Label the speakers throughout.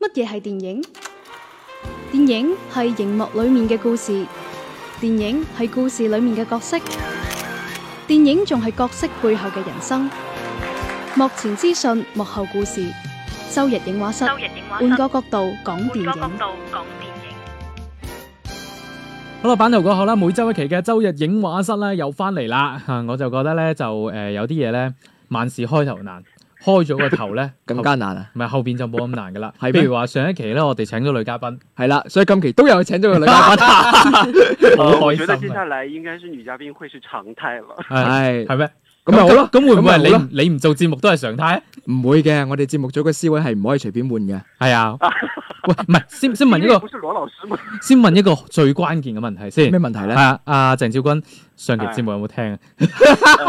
Speaker 1: 乜嘢係電影？電影係熒幕裏面嘅故事，電影係故事裏面嘅角色，電影仲係角色背後嘅人生。幕前資訊，幕後故事。周日影畫室，
Speaker 2: 周日映畫室
Speaker 1: 換個角度講電
Speaker 2: 換個角
Speaker 1: 影。
Speaker 2: 度講電影。
Speaker 3: 好啦，版頭過後啦，每周一期嘅周日影畫室咧又翻嚟啦，吓我就覺得咧就誒、呃有啲嘢咧萬事開頭難，開咗個頭 咧
Speaker 4: 咁
Speaker 3: 後
Speaker 4: 艱難啊！
Speaker 3: 唔係後邊就冇咁難噶啦。
Speaker 4: 係咩
Speaker 3: 譬如話上一期咧，我哋請咗女嘉賓，
Speaker 4: 係啦，所以今期都有請咗個女嘉賓，哦
Speaker 3: 好
Speaker 5: 呃，我觉得
Speaker 3: 開
Speaker 5: 接
Speaker 3: 心啊！
Speaker 5: 下来应该是女嘉宾会是常态 了。
Speaker 3: 係
Speaker 4: 係
Speaker 3: 係咩？
Speaker 4: 咁咪好咯
Speaker 3: 咁會唔會
Speaker 4: 咁咪好
Speaker 3: 係你你唔做節目都係常態？
Speaker 4: 唔會嘅，我哋節目組嘅思位係唔可以隨便換嘅。
Speaker 3: 係啊，喂，唔係先先問一
Speaker 5: 因为
Speaker 3: 個
Speaker 5: 不是罗老师 吗？
Speaker 3: 先問一個最關鍵嘅問題先
Speaker 4: 咩。問題
Speaker 3: 係
Speaker 4: 咧？
Speaker 3: 啊，阿鄭少君上期節目有冇聽啊？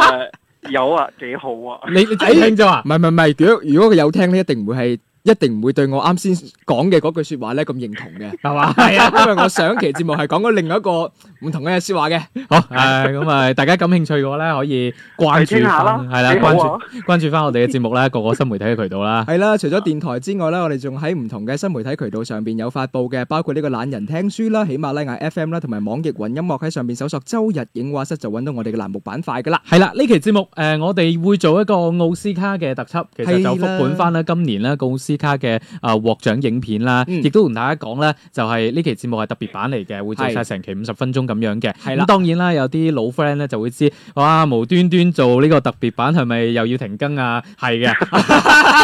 Speaker 5: 呃，有啊，几好啊。
Speaker 3: 你你
Speaker 4: 哎
Speaker 3: 真係聽咗啊
Speaker 4: 唔？係唔係唔係，如果如果佢有聽咧，一定唔會係，一定唔會對我啱先講嘅嗰句説話咧咁認同嘅。
Speaker 3: 係嘛？
Speaker 4: 係啊，因為我上期節目係講咗另外一個唔同嘅説話嘅。
Speaker 3: 好，誒咁啊，大家感興趣嘅話咧，可以關注
Speaker 5: 嚟聽下啦
Speaker 3: 翻，係啦，
Speaker 5: 幾好
Speaker 3: 關
Speaker 5: 啊
Speaker 3: 注關注翻我哋嘅節目啦，各個新媒體嘅渠道啦。
Speaker 4: 係啦，除咗電台之外咧，我哋仲喺唔同嘅新媒體渠道上邊有發布嘅，包括呢個懶人聽書啦、喜馬拉雅 FM 啦，同埋網易雲音樂喺上邊搜索周日影畫室就揾到我哋嘅欄目板塊噶啦。
Speaker 3: 係啦，呢期節目誒、呃我哋會做一個奧斯卡嘅特輯，其實
Speaker 4: 係
Speaker 3: 就
Speaker 4: 啦
Speaker 3: 復盤翻啦今年咧個奧斯卡嘅啊獲獎影片啦，
Speaker 4: 嗯
Speaker 3: 亦、都同大家講咧，就係、呢期節目係特別版嚟嘅，會做
Speaker 4: 係
Speaker 3: 晒成期五十分鐘咁樣嘅。
Speaker 4: 係啦
Speaker 3: 咁當然啦，有啲老 friend 咧就會知，哇，無端端做呢個特別版係咪又要停 更啊？係嘅。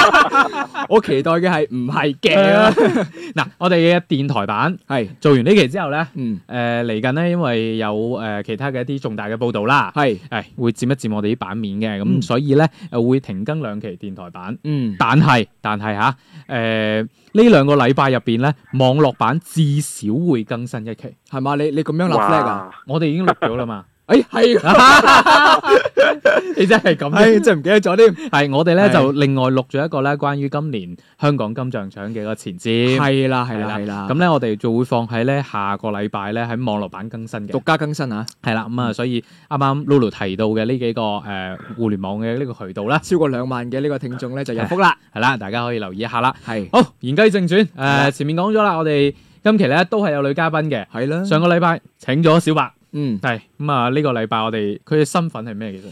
Speaker 4: 我期待嘅係唔係
Speaker 3: Ờ.
Speaker 4: 嘅？
Speaker 3: 嗱，我哋嘅電台版
Speaker 4: 係，
Speaker 3: 做完呢期之後咧。
Speaker 4: 嗯，
Speaker 3: 誒呃嚟緊咧，因為有誒、呃其他嘅一啲重大嘅報導啦，
Speaker 4: 係，
Speaker 3: 誒會佔一佔我哋啲版面嘅，咁、
Speaker 4: 啊嗯
Speaker 3: 所以咧誒會停更兩期電台版。
Speaker 4: 嗯，
Speaker 3: 但係但係吓，誒呢兩個禮拜入邊咧，網絡版至少會更新一期。
Speaker 4: 係嘛？你你咁樣立 flag à? 啊？
Speaker 5: 哇，
Speaker 3: 我哋已經錄咗啦 嘛，
Speaker 4: 誒係，
Speaker 3: 你真係咁
Speaker 4: 係真係唔記得咗添。
Speaker 3: 係我哋咧
Speaker 4: 係
Speaker 3: 就另外錄咗一個咧關於今年香港金像獎嘅一個前瞻。
Speaker 4: 係啦，係
Speaker 3: 係
Speaker 4: 啦，
Speaker 3: 啦
Speaker 4: 係啦。
Speaker 3: 咁咧，我哋就會放喺咧下個禮拜咧喺網絡版更新嘅
Speaker 4: 獨。家更新啊，
Speaker 3: 係啦，咁啊，所以啱啱 Lulu 提到嘅呢幾個誒、呃互聯網嘅呢個渠道啦，
Speaker 4: 超過兩萬嘅呢個聽眾咧就有福啦。
Speaker 3: 係啦，大家可以留意一下啦。
Speaker 4: 係，
Speaker 3: 好，言歸正傳，誒、
Speaker 4: 好
Speaker 3: 前面講咗啦，我哋今期咧都係有女嘉賓嘅。
Speaker 4: 係啦。
Speaker 3: 上個禮拜請咗小白，
Speaker 4: 嗯，
Speaker 3: 係咁啊，呢個禮拜我哋佢嘅身份係咩？其實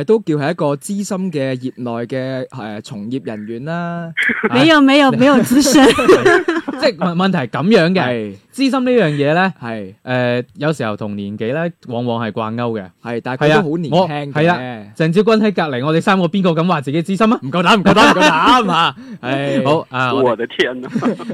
Speaker 4: 誒都叫係一個資深嘅業內嘅誒從業人員啦。
Speaker 3: 哎
Speaker 6: 没有没有没有资深，
Speaker 3: 即係問問題係咁樣嘅，
Speaker 4: 係
Speaker 3: 資深呢樣嘢咧。
Speaker 4: 係
Speaker 3: 誒、有時候同年紀咧，往往係掛鈎嘅。
Speaker 4: 係，但係
Speaker 3: 係
Speaker 4: 佢
Speaker 3: 啊
Speaker 4: 都好年輕
Speaker 3: 我係
Speaker 4: 嘅。
Speaker 3: 鄭少君喺隔離，我哋三個邊個敢話自己資深啊？
Speaker 4: 唔夠膽，唔夠膽，唔夠膽
Speaker 3: à.
Speaker 4: 嚇！係
Speaker 3: 好啊，我哋
Speaker 5: 我的天呐！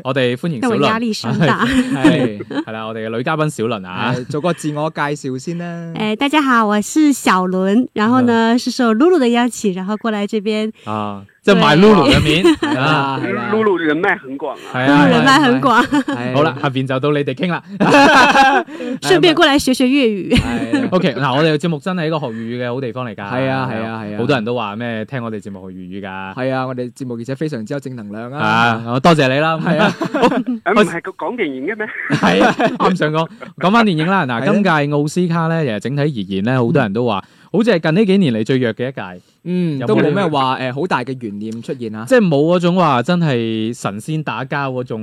Speaker 3: 我哋歡迎小
Speaker 6: 让我
Speaker 3: 倫
Speaker 6: 压，力山大。
Speaker 4: 係
Speaker 3: 係啦，我哋嘅女嘉賓小倫啊。
Speaker 4: 誒做個自我介紹先啦。
Speaker 6: 哎，大家好，我是小伦，然后呢是受露露的邀请，然后过来这边，
Speaker 3: 啊，即係
Speaker 6: 對
Speaker 3: 賣 Lulu 嘅面
Speaker 4: 係
Speaker 3: 啊，
Speaker 4: 啦，係啦，
Speaker 5: 露露人脉很广啊。
Speaker 3: 係
Speaker 6: 露 露
Speaker 3: 啊，
Speaker 6: 人脉很广，
Speaker 4: 係
Speaker 3: 好啦，，下邊就到你哋傾啦。
Speaker 6: 顺便过来学学粤语。
Speaker 4: 係啦
Speaker 3: OK，嗱，我哋嘅節目真係一個學粵語嘅好地方嚟㗎。
Speaker 4: 係啊係啊係啊
Speaker 3: 好多人都話咩聽我哋節目學粵語㗎。
Speaker 4: 係啊，我哋節目而且非常之有正能量啊！
Speaker 3: 啊，我多謝你啦。
Speaker 4: 係啊，
Speaker 3: 嗯
Speaker 5: 诶，哎唔系讲电影嘅咩？
Speaker 3: 係啊，啱想講講翻電影啦。嗱，
Speaker 4: 係啊
Speaker 3: 今屆奧斯卡咧，其實整體而言咧，好多人都話，好似係近呢幾年嚟最弱嘅一屆，
Speaker 4: 嗯，
Speaker 3: 有
Speaker 4: 都
Speaker 3: 冇
Speaker 4: 冇
Speaker 3: 呢
Speaker 4: 咩話誒好大嘅懸念出現啊！
Speaker 3: 即係冇嗰種話真係神仙打交嗰種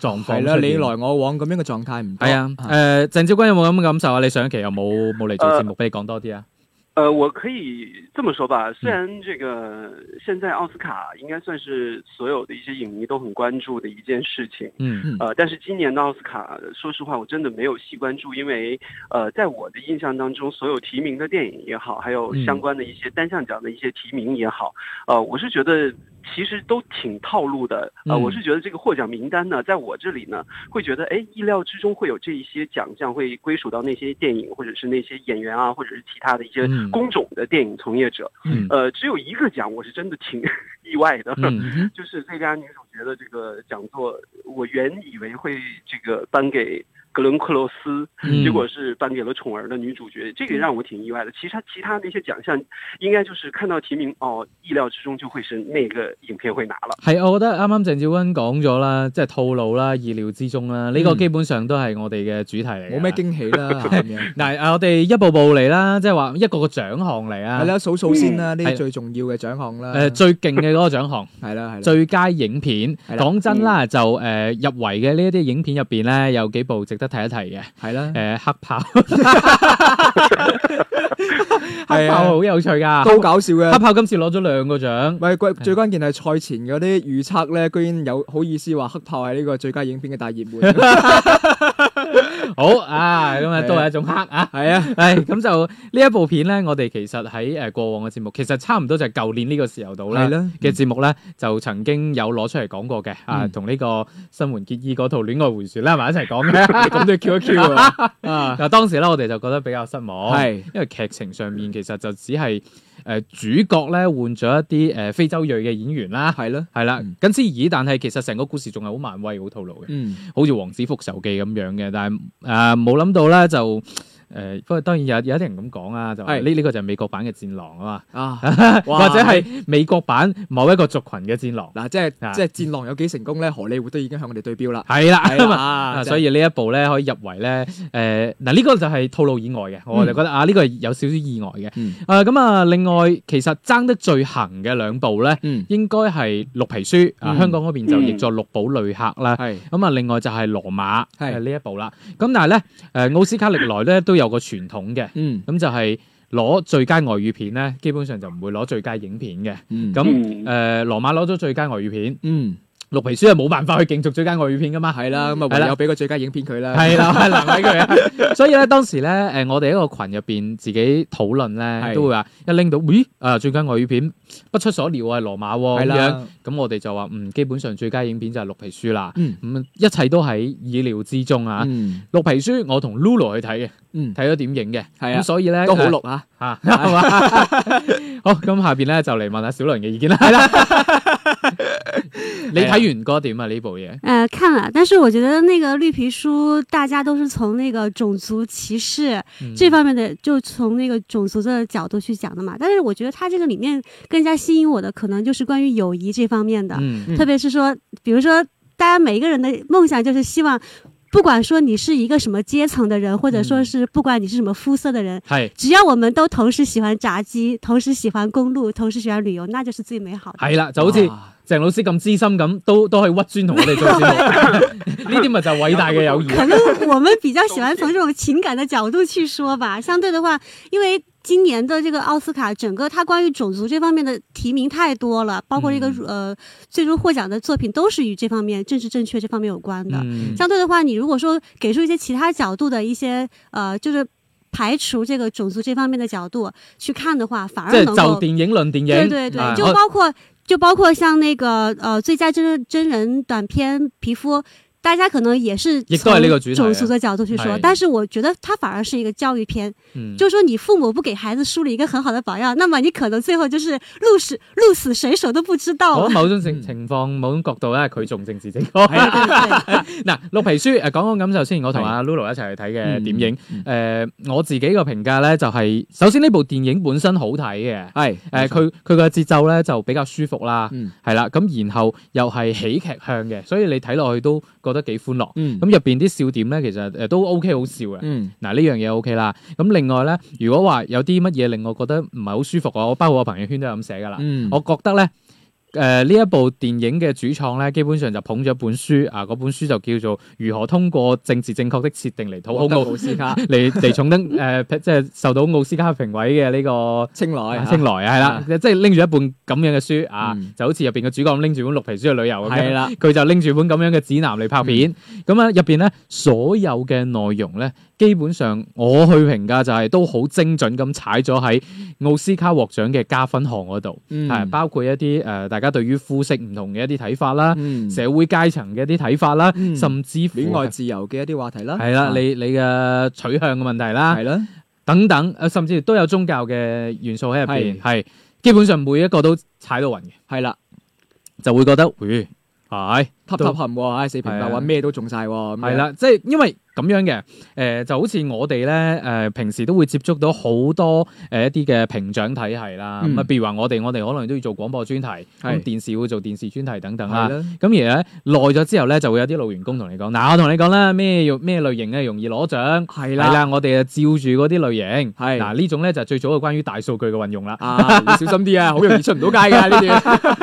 Speaker 3: 狀況出
Speaker 4: 係
Speaker 3: 現。
Speaker 4: 啦，你來我往咁樣嘅狀態唔多
Speaker 3: 係啊。誒，鄭少君有冇咁嘅感受啊？你上一期有冇冇嚟做節目？俾你講多啲啊。
Speaker 5: 呃，我可以这么说
Speaker 3: 嗯
Speaker 5: 吧，虽然这个现在奥斯卡应该算是所有的一些影迷都很关注的一件事情。
Speaker 3: 嗯。
Speaker 5: 呃，但是今年的奥斯卡，说实话，我真的没有细关注，因为呃，在我的印象当中，所有提名的电影也好，还有
Speaker 3: 嗯
Speaker 5: 相关的一些单项奖的一些提名也好，呃，我是觉得其实都挺套路的。呃，
Speaker 3: 嗯
Speaker 5: 我是觉得这个获奖名单呢，在我这里呢，会觉得哎，意料之中会有这一些奖项会归属到那些电影或者是那些演员啊，或者是其他的一些
Speaker 3: 嗯
Speaker 5: 工种的电影从业者。
Speaker 3: 嗯
Speaker 5: 呃，只有一个奖，我是真的挺 意外的。
Speaker 3: 嗯
Speaker 5: 就是最佳女主角的这个讲座，我原以为会这个颁给格伦克洛斯，
Speaker 3: 嗯
Speaker 5: 结果是颁给了《宠儿》的女主角，这个让我挺意外的。其他其他那些奖项，应该就是看到提名哦，意料之中就会是那个影片会拿了。
Speaker 3: 係，我覺得啱啱鄭少君講咗啦，即係套路啦、意料之中啦，呢、個
Speaker 4: 嗯
Speaker 3: 基本上都係我哋嘅主題嚟。
Speaker 4: 冇咩。驚喜 啦，咁樣
Speaker 3: 嗱，啊我哋一步步嚟啦，即係話一個個獎項嚟啊。嗯
Speaker 4: 係。啦，數數先啦，呢
Speaker 3: 係
Speaker 4: 啲最重要嘅獎項啦。
Speaker 3: 誒、最勁嘅嗰嗰個獎 項。
Speaker 4: 系啦系啦，
Speaker 3: 最佳影片，
Speaker 4: 係啦嗯
Speaker 3: 講真啦，就誒、呃入圍嘅呢一啲影片入邊咧，有幾部值得睇一睇嘅。
Speaker 4: 系啦
Speaker 3: 誒、，黑 豹， 黑豹好有趣噶，
Speaker 4: 啊都搞笑嘅
Speaker 3: 黑。嗯豹今次攞咗兩個獎，
Speaker 4: 喂，最最關鍵係賽前嗰啲預測咧，居然有好意思話黑豹係呢個最佳影片嘅大熱門，
Speaker 3: 好啊，咁啊
Speaker 4: 係啊
Speaker 3: 都係一種黑啊。
Speaker 4: 係啊，
Speaker 3: 唉，咁就呢一部片咧，我哋其實喺誒過往嘅節目，其實差唔多就係舊年呢個時候到啦
Speaker 4: 係啦
Speaker 3: 嘅節目咧，就曾經有攞出嚟講過嘅，啊，
Speaker 4: 嗯
Speaker 3: 同呢個新垣結衣嗰套《戀愛回旋》啦，係咪一齊講嘅？
Speaker 4: 咁都要 Q 一 Q 啊，啊，
Speaker 3: 嗱，當時咧，我哋就覺得比較失望，
Speaker 4: 係
Speaker 3: 因為劇情上面其實就只係誒、呃主角咧換咗一啲誒、呃非洲裔嘅演員啦，
Speaker 4: 係咯，
Speaker 3: 係啦
Speaker 4: 嗯，
Speaker 3: 僅此而已。但係其實成個故事仲係好漫威、好套路嘅，
Speaker 4: 嗯，
Speaker 3: 好似《王子復仇記》咁樣嘅。但係誒冇諗到咧就誒、呃不過當然有有一啲人咁講啊，就話
Speaker 4: 係
Speaker 3: 呢呢個就係美國版嘅戰狼啊嘛，
Speaker 4: 啊，
Speaker 3: 或
Speaker 4: 哇
Speaker 3: 者係美國版某一個族群嘅戰狼，
Speaker 4: 嗱，即
Speaker 3: 啊
Speaker 4: 係即係戰狼有幾成功咧？荷里活都已經向我哋對標啦，
Speaker 3: 係啦。
Speaker 4: 係啦
Speaker 3: 啊，
Speaker 4: 啊，
Speaker 3: 所以呢一部咧可以入圍咧，誒嗱呢個就係套路以外嘅，我就覺得啊呢個係有少少意外嘅。
Speaker 4: 嗯
Speaker 3: 啊咁啊，另外其實爭得最行嘅兩部咧，
Speaker 4: 嗯，
Speaker 3: 應該係《綠皮書》啊，
Speaker 4: 嗯
Speaker 3: 香港嗰邊就譯作《綠堡旅客》啦。
Speaker 4: 係
Speaker 3: 咁啊，另外就係《羅馬》
Speaker 4: 係
Speaker 3: 係呢一部啦。咁但係咧，誒奧斯卡歷來咧都有個傳統嘅，
Speaker 4: 嗯
Speaker 3: 咁就係攞最佳外語片咧，基本上就唔會攞最佳影片嘅。
Speaker 4: 嗯
Speaker 3: 咁誒
Speaker 5: 嗯
Speaker 3: 羅馬攞咗最佳外語片，《
Speaker 4: 嗯，
Speaker 3: 綠皮書》係冇辦法去競逐最佳外語片噶嘛。
Speaker 4: 係啦，咁
Speaker 3: 係
Speaker 4: 啊
Speaker 3: 啦
Speaker 4: 唯有俾個最佳影片佢啦，
Speaker 3: 係 啦，係難為佢啊！所以咧，當時咧，誒，我哋一個群入邊自己討論咧，
Speaker 4: 係
Speaker 3: 都會話一拎到，咦，啊，最佳外語片不出所料啊，係羅馬喎
Speaker 4: 係
Speaker 3: 咁樣。
Speaker 4: 啦，
Speaker 3: 咁我哋就話，嗯，基本上最佳影片就係綠皮書啦。
Speaker 4: 嗯
Speaker 3: 咁一切都喺意料之中啊！
Speaker 4: 嗯
Speaker 3: 綠皮書我同 Lulu 去睇嘅，
Speaker 4: 嗯，
Speaker 3: 睇咗點影嘅，
Speaker 4: 係
Speaker 3: 咁
Speaker 4: 啊，
Speaker 3: 所以咧
Speaker 4: 都好綠啊，
Speaker 3: 嚇，係嘛？ 好，咁下邊咧就嚟問下小倫嘅意見啦。係啦， 你睇完覺得點啊？呢部嘢
Speaker 6: 呃，看了，但是我觉得那个绿皮书，大家都是从那个种族歧视
Speaker 3: 嗯
Speaker 6: 这方面的，就从那个种族的角度去讲的嘛。但是我觉得它这个里面更加吸引我的，可能就是关于友谊这方面的，
Speaker 3: 嗯
Speaker 6: 特别是说，比如说，大家每一个人的梦想就是希望，不管说你是一个什么阶层的人，或者说
Speaker 3: 嗯
Speaker 6: 是不管你是什么肤色的人，
Speaker 3: 係。
Speaker 6: 只要我们都同时喜欢炸鸡，同时喜欢公路，同时喜欢旅游，那就是最美好的。
Speaker 3: 係啦，就好似
Speaker 4: 哇
Speaker 3: 鄭老師咁資深咁，都都可以屈尊同我哋做節 目，呢啲咪就係偉大嘅友誼。
Speaker 6: 可能我们比较喜欢从这种情感的角度去说吧。相对的话，因为今年的这个奥斯卡，整个它关于种族这方面的提名太多了，包括这个、
Speaker 3: 嗯
Speaker 6: 呃最终获奖的作品都是与这方面政治正确这方面有关的。
Speaker 3: 嗯
Speaker 6: 相对的话，你如果说给出一些其他角度的一些呃，就是排除这个种族这方面的角度去看的话，反
Speaker 3: 即
Speaker 6: 而
Speaker 3: 係
Speaker 6: 能
Speaker 3: 就
Speaker 6: 够
Speaker 3: 電影論電影，
Speaker 6: 对对对，
Speaker 3: 啊
Speaker 6: 就
Speaker 3: 我
Speaker 6: 包括就包括像那个呃最佳真真人短片《皮肤》。大家可能也是
Speaker 3: 也都是那个主题
Speaker 6: 从种族的角度去说
Speaker 3: 哎，
Speaker 6: 但是我觉得它反而是一个教育片，
Speaker 3: 嗯
Speaker 6: 就是说你父母不给孩子树立一个很好的榜样，那么你可能最后就是鹿死鹿死谁手都不知道
Speaker 3: 我
Speaker 6: 了。
Speaker 3: 某種情情況、某種角度咧，佢仲政治正確。
Speaker 6: 对对
Speaker 3: 嗱，綠皮書誒呃講講感受先，我同阿 Lulu 一齊去睇嘅
Speaker 4: 嗯
Speaker 3: 電影。誒、呃我自己個評價咧就係、首先呢部電影本身好睇嘅。
Speaker 4: 係
Speaker 3: 誒佢佢嘅節奏咧就比較舒服啦，
Speaker 4: 嗯
Speaker 3: 係啦、咁然後又係喜劇向嘅，所以你睇落去都覺得幾歡樂。
Speaker 4: 嗯
Speaker 3: 咁入邊啲笑點咧，其實誒都 OK 好笑嘅。
Speaker 4: 嗯
Speaker 3: 嗱呢樣嘢 OK 啦，咁另外咧，如果話有啲乜嘢令我覺得唔係好舒服啊，我包括我朋友圈都有咁寫噶啦。
Speaker 4: 嗯，
Speaker 3: 我覺得咧，誒、呢一部電影嘅主創咧，基本上就捧咗一本書啊，嗰本書就叫做《如何通過政治正確的設定嚟討好
Speaker 4: 獲得
Speaker 3: 奧
Speaker 4: 奧斯卡
Speaker 3: 嚟嚟重登誒、 呃即係受到奧斯卡評委嘅呢、個。
Speaker 4: 青來
Speaker 3: 青來啊，係啦，即係拎住一本咁樣嘅書啊
Speaker 4: 哎嗯，
Speaker 3: 就好似入邊嘅主角咁拎住本綠皮書去旅遊咁樣
Speaker 4: 係啦，嗯
Speaker 3: 佢就拎住本咁樣嘅指南嚟拍片。咁啊，入邊咧所有嘅內容咧，基本上我去評價就係都好精準咁踩咗喺奧斯卡獲獎嘅加分項嗰度，
Speaker 4: 嗯
Speaker 3: 係包括一啲誒、呃大家對於膚色唔同嘅一啲睇法啦，
Speaker 4: 嗯
Speaker 3: 社會階層嘅一啲睇法啦，
Speaker 4: 嗯
Speaker 3: 甚至乎
Speaker 4: 戀愛自由嘅一啲話題啦，啊
Speaker 3: 係啦，你你嘅取向嘅問題啦
Speaker 4: 係。啦，
Speaker 3: 等等，呃甚至都有宗教嘅元素喺入邊，
Speaker 4: 係
Speaker 3: 係基本上每一個都踩到暈嘅，
Speaker 4: 係啦，
Speaker 3: 就會覺得，咦、係
Speaker 4: 塔
Speaker 3: 都
Speaker 4: 塔含喎，唉四平八
Speaker 3: 係啊
Speaker 4: 穩，咩都中晒喎，咁樣
Speaker 3: 係，啦，即係因為咁樣嘅，誒、呃就好似我哋咧誒平時都會接觸到好多誒、呃一啲嘅評獎體系啦，咁
Speaker 4: 嗯
Speaker 3: 啊、譬如話我哋我哋可能都要做廣播專題，咁
Speaker 4: 係
Speaker 3: 電視會做電視專題等等啦
Speaker 4: 係。啦，
Speaker 3: 咁而咧耐咗之後咧，就會有啲老員工同你講：嗱，我同你講啦，咩用咩類型咧容易攞獎？
Speaker 4: 係
Speaker 3: 係
Speaker 4: 啦，
Speaker 3: 啦，我哋啊照住嗰啲類型。
Speaker 4: 係
Speaker 3: 嗱呢種咧就係最早嘅關於大數據嘅運用啦。
Speaker 4: 啊，你小心啲啊，好容易出唔到街㗎呢啲，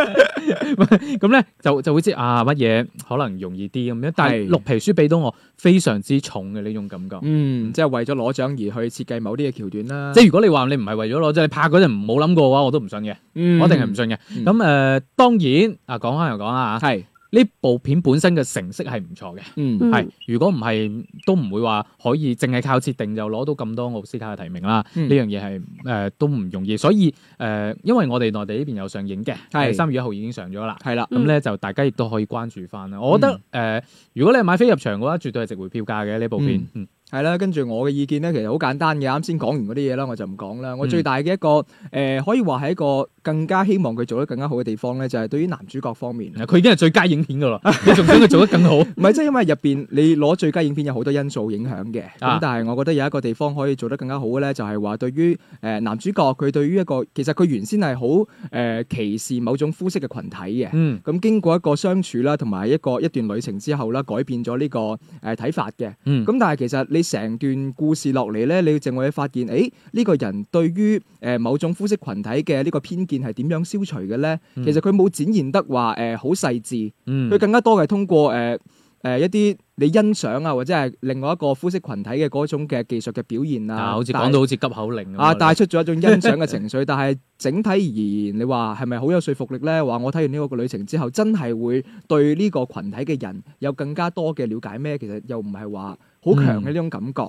Speaker 3: 咁咧就就會知啊乜嘢可能容易啲咁樣。但係
Speaker 4: 係
Speaker 3: 綠皮書俾到我非常之重嘅呢種感覺。
Speaker 4: 嗯，即係為咗攞獎而去設計某啲嘅橋段啦，
Speaker 3: 即係如果你話你唔係為咗攞，即係你拍嗰陣冇諗過嘅話，我都唔信嘅，
Speaker 4: 係
Speaker 3: 我一定係唔信嘅。
Speaker 4: 嗯
Speaker 3: 咁誒、呃，當然啊，講開又講啦嚇，
Speaker 4: 係，
Speaker 3: 呢部片本身嘅成色係唔錯嘅，
Speaker 4: 嗯
Speaker 6: 嗯
Speaker 3: 係、如果唔係都唔會話可以淨係靠設定就攞到咁多奧斯卡嘅提名啦。呢、
Speaker 4: 嗯
Speaker 3: 樣嘢係誒都唔容易，所以誒、呃因為我哋內地呢邊有上映嘅，
Speaker 4: 係嗯
Speaker 3: 三月一號已經上咗啦。
Speaker 4: 係啦，
Speaker 3: 咁咧就大家亦都可以關注翻啦。我覺得誒、
Speaker 4: 嗯
Speaker 3: 呃如果你係買飛入場嘅話，絕對係值回票價嘅呢部片。嗯
Speaker 4: 係啦，跟住我嘅意見咧，其實好簡單嘅。啱先講完嗰啲嘢啦，我就唔講啦。我
Speaker 3: 嗯
Speaker 4: 最大嘅一個誒、呃可以話係一個更加希望佢做得更加好嘅地方咧，就係、對於男主角方面，
Speaker 3: 嗯佢已經係最佳影片噶啦， 你仲想佢做得更 好？
Speaker 4: 唔係即係因為入邊你攞最佳影片有好多因素影響嘅。咁、
Speaker 3: 啊
Speaker 4: 但係我覺得有一個地方可以做得更加好嘅咧，就係話對於誒、呃男主角佢對於一個其實佢原先係好誒歧視某種膚色嘅群體嘅。
Speaker 3: 嗯。
Speaker 4: 咁經過一個相處啦，同埋一個一段旅程之後啦，改變咗呢、個誒睇、法嘅。
Speaker 3: 嗯
Speaker 4: 咁但係其實你成段故事落嚟咧，你淨會發現，誒、呢、個人對於誒、呃某種膚色群體嘅呢個偏見係點樣消除嘅咧？
Speaker 3: 嗯
Speaker 4: 其實佢冇展現得話誒好細緻，
Speaker 3: 嗯
Speaker 4: 佢更加多嘅係通過誒。呃一啲你欣賞啊，或者係另外一個膚色群體嘅嗰種嘅技術嘅表現
Speaker 3: 啊，
Speaker 4: 啊，
Speaker 3: 好似
Speaker 4: 帶
Speaker 3: 講到好似急口令咁
Speaker 4: 啊，帶
Speaker 3: 係
Speaker 4: 出咗一種欣賞嘅 情緒，但係整體而言，你話係咪好有說服力呢？話我睇完呢個旅程之後，真係會對呢個群體嘅人有更加多嘅了解咩？其實又唔係話好
Speaker 3: 嗯
Speaker 4: 強嘅呢種感覺。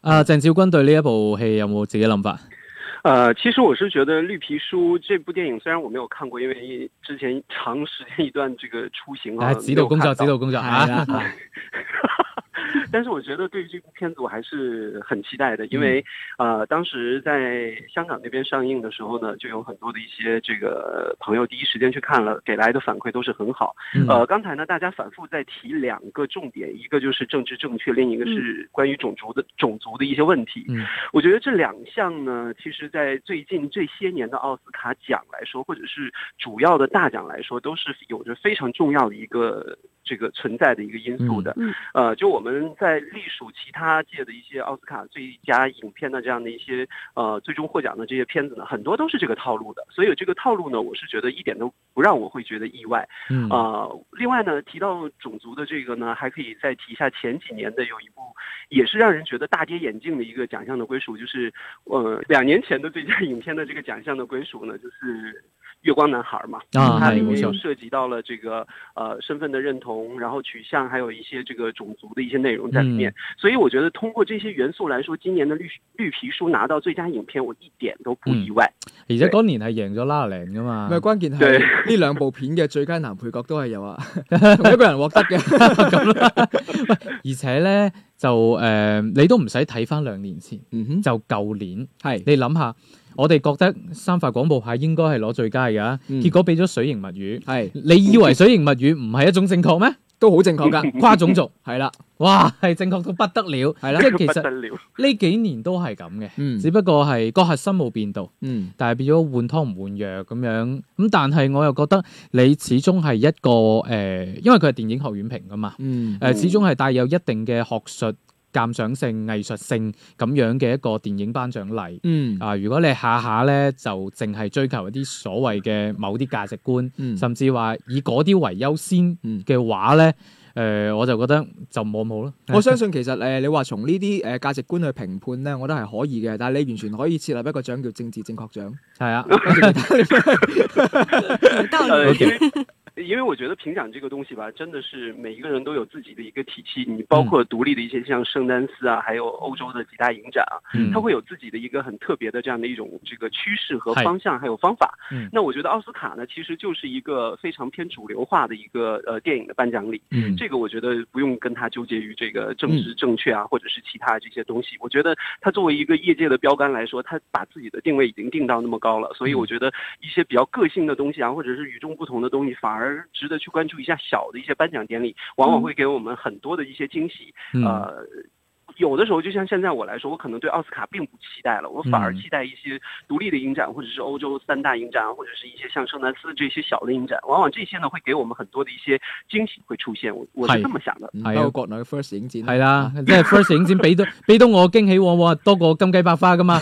Speaker 3: 啊，鄭少君對呢一部戲有冇自己諗法？
Speaker 5: 呃，其实我是觉得《绿皮书》这部电影，虽然我没有看过，因为之前长时间一段这个出行啊，
Speaker 3: 啊，指導工
Speaker 5: 没
Speaker 3: 作，
Speaker 5: 有
Speaker 3: 指
Speaker 5: 看到
Speaker 3: 導工作
Speaker 4: 係
Speaker 3: 啊，
Speaker 4: 啦，
Speaker 5: 但是我觉得对于这部片子我还是很期待的，因为、呃，当时在香港那边上映的时候呢，就有很多的一些这个朋友第一时间去看了，给来的反馈都是很好。
Speaker 3: 嗯
Speaker 5: 呃，刚才呢，大家反复在提两个重点，一个就是政治正确，另一个是关于种族的、种族的一些问题。
Speaker 3: 嗯
Speaker 5: 我觉得这两项呢，其实在最近这些年的奥斯卡奖来说，或者是主要的大奖来说，都是有着非常重要的一个这个存在的一个因素的。
Speaker 6: 嗯嗯
Speaker 5: 呃，就我们在隶属其他界的一些奥斯卡最佳影片的这样的一些呃最终获奖的这些片子呢，很多都是这个套路的。所以这个套路呢，我是觉得一点都不让我会觉得意外。
Speaker 3: 嗯
Speaker 5: 呃，另外呢，提到种族的这个呢，还可以再提一下前几年的有一部，也是让人觉得大跌眼镜的一个奖项的归属，就是呃两年前的最佳影片的这个奖项的归属呢，就是。月光男孩嘛，
Speaker 3: 啊
Speaker 5: 它
Speaker 3: 是
Speaker 5: 里
Speaker 3: 没
Speaker 5: 面
Speaker 3: 错
Speaker 5: 又涉及到了这个呃身份的认同，然后取向，还有一些这个种族的一些内容在里面。
Speaker 3: 嗯
Speaker 5: 所以我觉得通过这些元素来说，今年的绿绿皮书拿到最佳影片，我一点都不意外。
Speaker 3: 而且嗰年係贏咗拉零噶嘛
Speaker 4: 咪，啊關鍵係
Speaker 5: 對
Speaker 4: 呢兩部片嘅最佳男配角都係有啊，同一個人獲得嘅。
Speaker 3: 而且咧就诶，你都唔使睇翻兩年前，
Speaker 4: 嗯哼，
Speaker 3: 就舊年，
Speaker 4: 係
Speaker 3: 你諗下，我哋覺得三塊廣播牌應該係攞最佳噶，
Speaker 4: 嗯
Speaker 3: 結果俾咗水形物語，
Speaker 4: 係
Speaker 3: 你以為水形物語唔係一種正確咩？
Speaker 4: 都好正 確㗎。
Speaker 3: 跨種族，
Speaker 4: 係啦，
Speaker 3: 哇，係正確到不得了，
Speaker 4: 係啦
Speaker 3: 即係其
Speaker 5: 不得
Speaker 3: 實
Speaker 5: 了
Speaker 3: 呢幾年都係咁嘅，
Speaker 4: 嗯
Speaker 3: 只不過係個核心冇變到。
Speaker 4: 嗯
Speaker 3: 但係變咗換湯唔換藥咁樣。咁但係我又覺得你始終係一個誒、呃因為佢係電影學院評噶嘛，
Speaker 4: 嗯
Speaker 3: 誒、，呃始終係帶有一定嘅學術鑑賞性、藝術性咁樣嘅一個電影頒獎禮。
Speaker 4: 嗯
Speaker 3: 啊！如果你下下咧就淨係追求一啲所謂嘅某啲價值觀，
Speaker 4: 嗯
Speaker 3: 甚至話以嗰啲為優先
Speaker 4: 嗯
Speaker 3: 嘅話咧，誒、我就覺得就冇咁好咯。
Speaker 4: 我相信其實誒、呃你話從呢啲誒價值觀去評判咧，我覺得係可以嘅。但係你完全可以設立一個獎叫政治正確獎。
Speaker 3: 係啊，
Speaker 6: 有道理。
Speaker 5: 呃，因为因为我觉得评奖这个东西吧，真的是每一个人都有自己的一个体系，你包
Speaker 3: 嗯
Speaker 5: 括独立的一些像圣丹斯啊，还有欧洲的几大影展啊，
Speaker 3: 嗯
Speaker 5: 它会有自己的一个很特别的这样的一种这个趋势和
Speaker 3: 嗨
Speaker 5: 方向，还有方法。
Speaker 3: 嗯
Speaker 5: 那我觉得奥斯卡呢，其实就是一个非常偏主流化的一个呃电影的颁奖礼。
Speaker 3: 嗯
Speaker 5: 这个我觉得不用跟他纠结于这个政治正确啊，或者是其他这些东西。我觉得他作为一个业界的标杆来说，他把自己的定位已经定到那么高了，所以我觉得一些比较个性的东西啊，或者是与众不同的东西，反而而值得去关注一下小的一些颁奖典礼，往往会给我们很多的一些惊喜。
Speaker 3: 嗯
Speaker 4: 啊
Speaker 5: 呃，有的时候就像现在我来说，我可能对奥斯卡并不期待了，我反而
Speaker 3: 嗯
Speaker 5: 期待一些独立的影展，或者是欧洲三大影展，或者是一些像圣丹斯这些小的影展，往往这些呢会给我们很多的一些惊喜会出现。我我
Speaker 3: 係
Speaker 5: 是这么想的。
Speaker 4: 嗯
Speaker 3: 係啊
Speaker 4: 包括國內嘅 first 影展
Speaker 3: 系啦，即係 first 影展俾到俾到我驚喜，往往多過金雞百花 噶嘛。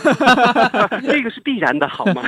Speaker 5: 这个是必然的，好 吗？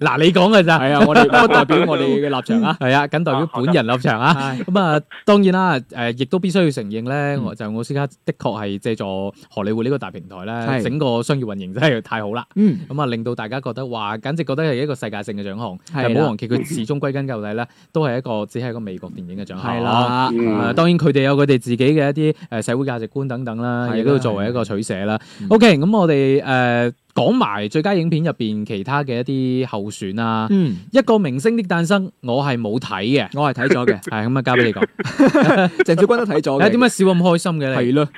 Speaker 3: 嗱，你講嘅咋？
Speaker 4: 係啊，我哋不代表我哋嘅立 場啊。
Speaker 3: 係啊，僅代表
Speaker 5: 啊好
Speaker 3: 本
Speaker 5: 的
Speaker 3: 人立場啊。
Speaker 4: 係
Speaker 3: 咁啊，當然啦，誒，亦都必須要承認咧，
Speaker 4: 嗯
Speaker 3: 我就奧斯卡的確係借助荷里活呢個大平台咧，
Speaker 4: 係
Speaker 3: 整個商業運營真係太好啦。
Speaker 4: 嗯，
Speaker 3: 咁啊，令到大家覺得哇，簡直覺得係一個世界性嘅獎項。
Speaker 4: 係啦
Speaker 3: 但係保皇傑佢始終歸根究底咧，都係一個只係一個美國電影嘅獎項。
Speaker 4: 係。啦，
Speaker 5: 嗯
Speaker 3: 誒、當然佢哋有佢哋自己嘅一啲誒社會價值觀等等
Speaker 4: 係
Speaker 3: 啦，
Speaker 4: 啦
Speaker 3: 亦都要作為一個取捨啦
Speaker 4: 嗯。
Speaker 3: OK，咁我哋誒、講埋最佳影片入邊其他嘅一啲候選啊。
Speaker 4: 嗯，
Speaker 3: 一個明星的誕生，我係冇睇嘅，
Speaker 4: 我係睇 咗嘅，
Speaker 3: 係咁啊，交俾你 講。
Speaker 4: 鄭少君都 睇咗
Speaker 3: 誒
Speaker 4: 嘅。
Speaker 3: 點解笑咁開心嘅你？
Speaker 4: 係咯？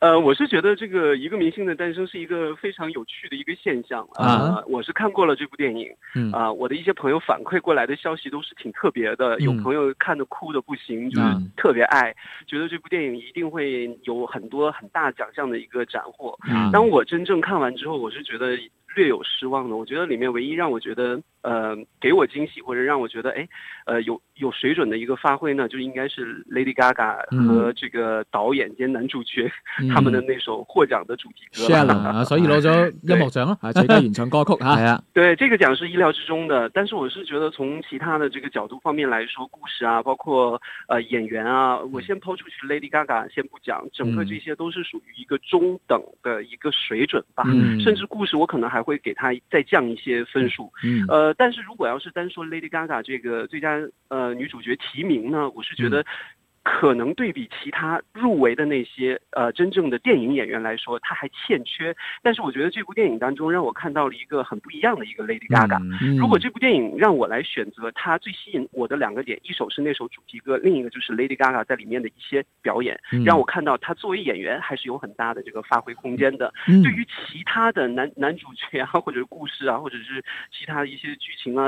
Speaker 5: 呃，我是觉得这个一个明星的诞生是一个非常有趣的一个现象
Speaker 3: 啊
Speaker 5: 呃。我是看过了这部电影，
Speaker 3: 嗯
Speaker 5: 啊、我的一些朋友反馈过来的消息都是挺特别的，有
Speaker 3: 嗯
Speaker 5: 朋友看的哭的不行，就是
Speaker 3: 嗯
Speaker 5: 特别爱，觉得这部电影一定会有很多很大奖项的一个斩获。
Speaker 3: 啊
Speaker 5: 当我真正看完之后，我是觉得略有失望的。我觉得里面唯一让我觉得呃给我惊喜或者让我觉得哎呃有有水准的一个发挥呢，就应该是 Lady Gaga
Speaker 3: 嗯
Speaker 5: 和这个导演兼男主角、
Speaker 4: 嗯
Speaker 5: 他们的那首获奖的主题歌了。
Speaker 4: Shallow
Speaker 3: 啊所以攞咗音樂獎咯。
Speaker 4: 啊，最佳 原唱歌曲
Speaker 3: 係
Speaker 4: 嚇，
Speaker 3: 啊，
Speaker 5: 对，这个奖是意料之中的，但是我是觉得从其他的这个角度方面来说，故事啊，包括呃演员啊，我先抛出去 Lady Gaga 先不讲，整个
Speaker 3: 嗯
Speaker 5: 这些都是属于一个中等的一个水准吧，
Speaker 3: 嗯
Speaker 5: 甚至故事我可能还会给他再降一些分数。
Speaker 4: 嗯
Speaker 5: 呃，但是如果要是单说 Lady Gaga 这个最佳呃女主角提名呢，我是觉
Speaker 3: 嗯
Speaker 5: 得。可能对比其他入围的那些呃真正的电影演员来说，她还欠缺。但是我觉得这部电影当中让我看到了一个很不一样的一个 Lady Gaga。
Speaker 3: 嗯
Speaker 4: 嗯
Speaker 5: 如果这部电影让我来选择，它最吸引我的两个点，一首是那首主题歌，另一个就是 Lady Gaga 在里面的一些表演，
Speaker 3: 嗯
Speaker 5: 让我看到她作为演员还是有很大的这个发挥空间的。
Speaker 4: 嗯
Speaker 5: 对于其他的男男主角啊，或者是故事啊，或者是其他的一些剧情啊。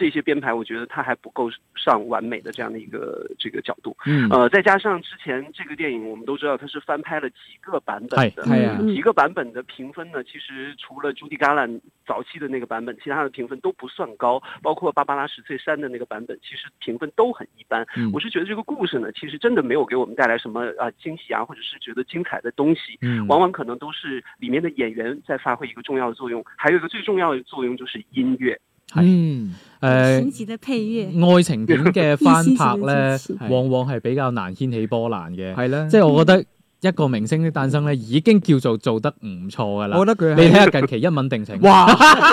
Speaker 5: 这些编排，我觉得它还不够上完美的这样的一个这个角度，
Speaker 4: 嗯
Speaker 5: 呃，再加上之前这个电影，我们都知道它是翻拍了几个版本的，
Speaker 3: 是
Speaker 4: 係啊，
Speaker 6: 嗯
Speaker 5: 几个版本的评分呢，其实除了朱迪·嘎兰早期的那个版本，其他的评分都不算高，包括芭芭拉·十岁山的那个版本，其实评分都很一般。
Speaker 4: 嗯
Speaker 5: 我是觉得这个故事呢，其实真的没有给我们带来什么啊、惊喜啊，或者是觉得精彩的东西。
Speaker 3: 嗯
Speaker 5: 往往可能都是里面的演员在发挥一个重要的作用，还有一个最重要的作用就是音乐。
Speaker 4: 嗯
Speaker 3: 誒
Speaker 6: 神奇的配乐，
Speaker 3: 愛呃情片嘅翻拍咧
Speaker 6: 一絲絲嘅支，
Speaker 4: 持
Speaker 3: 往往係比較難掀起波瀾嘅。
Speaker 4: 係啦，
Speaker 3: 即係我覺得一個明星的誕生咧，已經叫做做得唔錯噶啦。
Speaker 4: 我覺得佢
Speaker 3: 你
Speaker 4: 係
Speaker 3: 睇下近期一吻定情，
Speaker 4: 哇，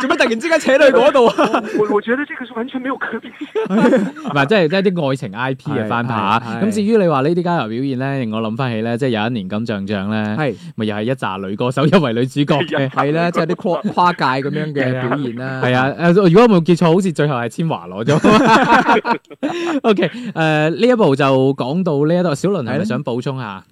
Speaker 4: 做乜突然之間扯到去嗰度啊？
Speaker 5: 我我觉得这个是完全没有可比性的。
Speaker 3: 唔係即係即係啲愛情 I P 嘅翻拍啊
Speaker 4: 係係
Speaker 3: 咁至於你話呢啲家 a 表現咧，令我諗翻起咧，即係有一年金像獎咧，
Speaker 4: 係
Speaker 3: 咪 又係一紮女歌手因為女主角嘅。
Speaker 4: 係啊啦，即係啲跨跨界咁樣
Speaker 3: 係啊
Speaker 4: 嘅表現啦。
Speaker 3: 係啊，誒，如果我冇記錯，好似最後係千華攞咗。O K，誒呢一部就講到呢一度，小倫係
Speaker 4: 係
Speaker 3: 咪
Speaker 4: 啦
Speaker 3: 想補充下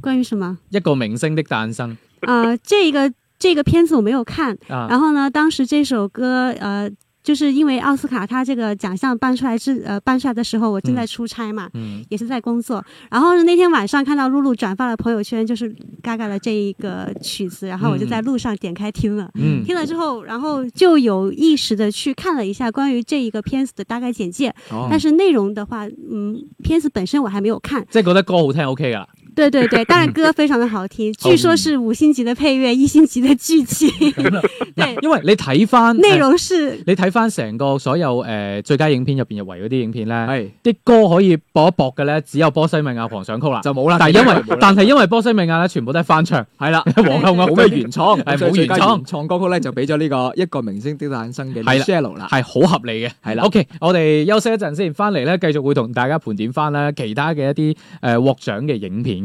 Speaker 6: 关于什么？
Speaker 3: 一個明星的誕生
Speaker 6: 呃，这个这个片子我没有看，
Speaker 3: 啊？
Speaker 6: 然后呢，当时这首歌呃。就是因为奥斯卡他这个奖项颁出来之呃颁出来的时候，我正在出差嘛，
Speaker 3: 嗯
Speaker 6: 也是在工作。然后呢，那天晚上看到露露转发了朋友圈，就是 Gaga 的这一个曲子，然后我就在路上点开听了。
Speaker 3: 嗯
Speaker 6: 听了之后，然后就有意识的去看了一下关于这一个片子的大概简介，
Speaker 3: 嗯
Speaker 4: 哦
Speaker 6: 但是内容的话，嗯，片子本身我还没有看。
Speaker 3: 即係覺得歌好聽 O K 噶啦。
Speaker 6: 对对对， 当然歌非常的好听，据说是五星级的配乐，一星级的剧 情，对，
Speaker 3: 因為你睇翻
Speaker 6: 内容是
Speaker 3: 你睇翻成個所有誒、呃最佳影片入邊入圍嗰啲影片咧，
Speaker 4: 係
Speaker 3: 啲歌可以搏一搏嘅咧，只有波西米亞狂想曲啦。
Speaker 4: 就冇啦，
Speaker 3: 但係因為但係因為波西米亞咧，全部都係翻唱，
Speaker 4: 係 啦。
Speaker 3: 黃金啊
Speaker 6: 冇
Speaker 3: 啱
Speaker 4: 冇咩原創，
Speaker 3: 係
Speaker 4: 所以
Speaker 3: 冇
Speaker 4: 最
Speaker 3: 原
Speaker 4: 佳
Speaker 3: 創
Speaker 4: 原創歌曲咧就俾咗呢個一個明星的誕生嘅
Speaker 3: 係啦
Speaker 4: Shallow 啦，
Speaker 3: 係好合理嘅。
Speaker 4: 係啦
Speaker 3: OK，我哋休息一陣先，翻嚟咧繼續會同大家盤點翻咧其他嘅一啲誒、呃、獲獎嘅影片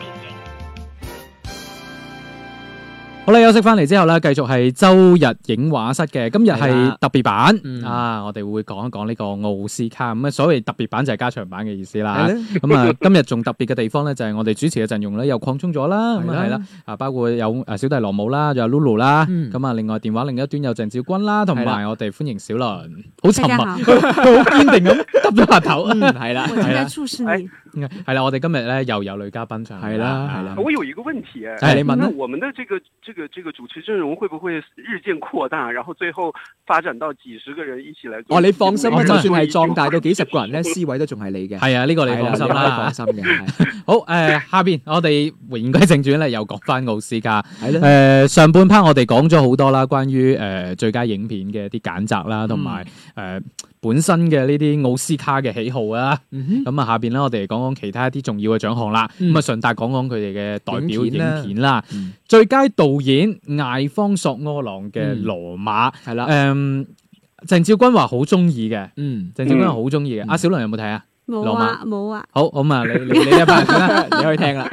Speaker 7: 影。
Speaker 3: 好啦，休息翻嚟之後咧，繼續係周日影畫室嘅，今日
Speaker 4: 係
Speaker 3: 係
Speaker 4: 啦
Speaker 3: 特別版、
Speaker 4: 嗯
Speaker 3: 啊，我哋會講一講呢個奧斯卡。咁啊，所謂特別版就係加長版嘅意思啦
Speaker 4: 係。咧，
Speaker 3: 咁啊，今日仲特別嘅地方咧，就係我哋主持嘅陣容咧又擴充咗啦，咁
Speaker 4: 係
Speaker 3: 啊
Speaker 4: 啦
Speaker 3: 係啦，啊包括有啊小弟羅姆啦，仲有 Lulu 啦，
Speaker 4: 嗯
Speaker 3: 咁啊另外電話另一端有鄭少君啦，同
Speaker 4: 係
Speaker 3: 埋
Speaker 4: 啦
Speaker 3: 我哋歡迎小倫，好沉
Speaker 6: 大家
Speaker 3: 默，
Speaker 6: 好
Speaker 3: 佢好 堅定咁耷咗下頭。
Speaker 4: 嗯係啦
Speaker 6: 我，正在注视你。
Speaker 3: 係啦，我哋今日咧又有女嘉賓上嚟啊
Speaker 4: 係啦係啦
Speaker 5: 我有一个问题，
Speaker 3: 哎你问
Speaker 5: 那
Speaker 3: 呢
Speaker 5: 我们的这个这个这个主持阵容会不会日渐扩大，然后最后发展到几十个人一起来做？
Speaker 4: 哦，你放心啦，
Speaker 3: 我
Speaker 4: 就
Speaker 3: 真係
Speaker 4: 算係壯大到幾十個人咧，思位都仲係你嘅。
Speaker 3: 係啊，呢個你放心
Speaker 4: 係
Speaker 3: 啦
Speaker 4: 啦你。可以放心嘅，係
Speaker 3: 好，誒、下邊我哋言歸正傳咧，又講翻奧斯卡。
Speaker 4: 係
Speaker 3: 誒、
Speaker 4: 啦，
Speaker 3: 上半 part 我哋講咗好多啦，關於誒、最佳影片嘅一啲揀擇啦，同埋誒本身嘅呢啲奧斯卡嘅喜好啊。
Speaker 4: 嗯
Speaker 3: 咁啊，下邊咧我哋講講其他一啲重要嘅獎項啦。咁
Speaker 4: 嗯
Speaker 3: 啊、順帶講講佢哋嘅代表
Speaker 4: 影片啦
Speaker 3: 影片啦。
Speaker 4: 嗯
Speaker 3: 最佳導演艾方索柯朗嘅《
Speaker 4: 嗯
Speaker 3: 羅馬》
Speaker 4: 哼係啦，
Speaker 3: 誒鄭少君話好中意嘅，
Speaker 4: 嗯，
Speaker 3: 鄭少君話好中意嘅。阿、小倫有冇睇啊？
Speaker 6: 冇啊冇啊，
Speaker 3: 好，咁啊，你你你呢一班人先啦。
Speaker 4: 你可以聽啦。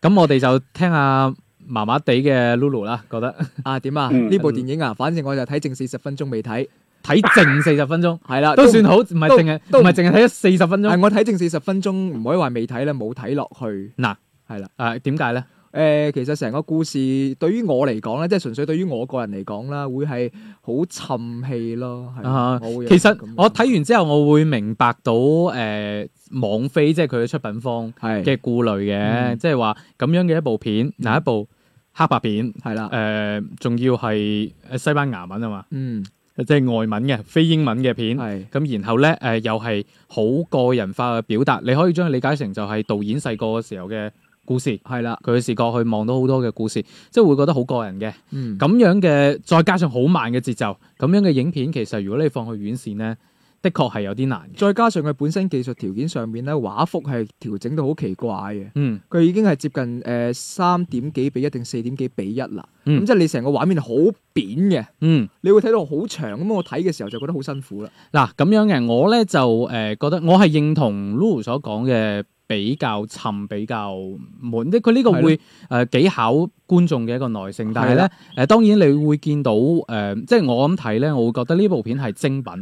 Speaker 3: 咁我哋就聽下麻麻地嘅 Lulu 啦，覺得
Speaker 4: 啊，點啊？
Speaker 5: 嗯
Speaker 4: 呢部電影啊，反正我就睇正四十分鐘未睇，
Speaker 3: 睇剩四十分鐘
Speaker 4: 係啦，
Speaker 3: 都算好，唔係
Speaker 4: 啊都
Speaker 3: 淨係
Speaker 4: 都
Speaker 3: 唔係淨係睇咗四十分
Speaker 4: 係
Speaker 3: 鐘。
Speaker 4: 我睇正四十分鐘，唔可以話未睇啦，冇睇落去。
Speaker 3: 嗱，
Speaker 4: 係
Speaker 3: 誒
Speaker 4: 啦，
Speaker 3: 啊點解咧？
Speaker 4: 誒、其實成個故事對於我嚟講咧，即係純粹對於我個人嚟講啦，會係好沉氣咯。係
Speaker 3: 啊
Speaker 4: 我會有
Speaker 3: 其實
Speaker 4: 咁嘅
Speaker 3: 我睇完之後，我會明白到誒、網飛即係佢嘅出品方
Speaker 4: 係
Speaker 3: 嘅顧慮嘅，
Speaker 4: 嗯
Speaker 3: 即係話咁樣嘅一部片，嗱一部黑白片，誒、
Speaker 4: 係啦，
Speaker 3: 仲要係誒西班牙文啊嘛，
Speaker 4: 嗯
Speaker 3: 即係外文嘅，非英文嘅片。
Speaker 4: 係
Speaker 3: 咁然後咧，誒、又係好個人化嘅表達，你可以將佢理解成就係導演細個嘅時候嘅故事，
Speaker 4: 係啦，
Speaker 3: 佢嘅視角去望到好多嘅故事，即係會覺得好個人嘅。
Speaker 4: 嗯
Speaker 3: 咁樣嘅再加上好慢嘅節奏，咁樣嘅影片其實如果你放去院線咧，的確係有啲難嘅。
Speaker 4: 再加上佢本身技術條件上面咧，畫幅係調整到好奇怪嘅。
Speaker 3: 嗯，
Speaker 4: 佢已經係接近誒三點幾比一定四點幾比一啦，咁、
Speaker 3: 嗯
Speaker 4: 即係你成個畫面係好扁嘅，
Speaker 3: 嗯，
Speaker 4: 你會睇到好長咁。我睇嘅時候就覺得好辛苦啦。
Speaker 3: 嗱咁樣嘅，我咧就誒、覺得我係認同 Lulu 所講嘅。比較沉，比較悶，即係佢呢個會誒、呃幾考觀眾嘅一個耐性，但係
Speaker 4: 係
Speaker 3: 咧
Speaker 4: 啦
Speaker 3: 誒當然你會見到誒、即係我咁睇咧，我會覺得呢部片係精品，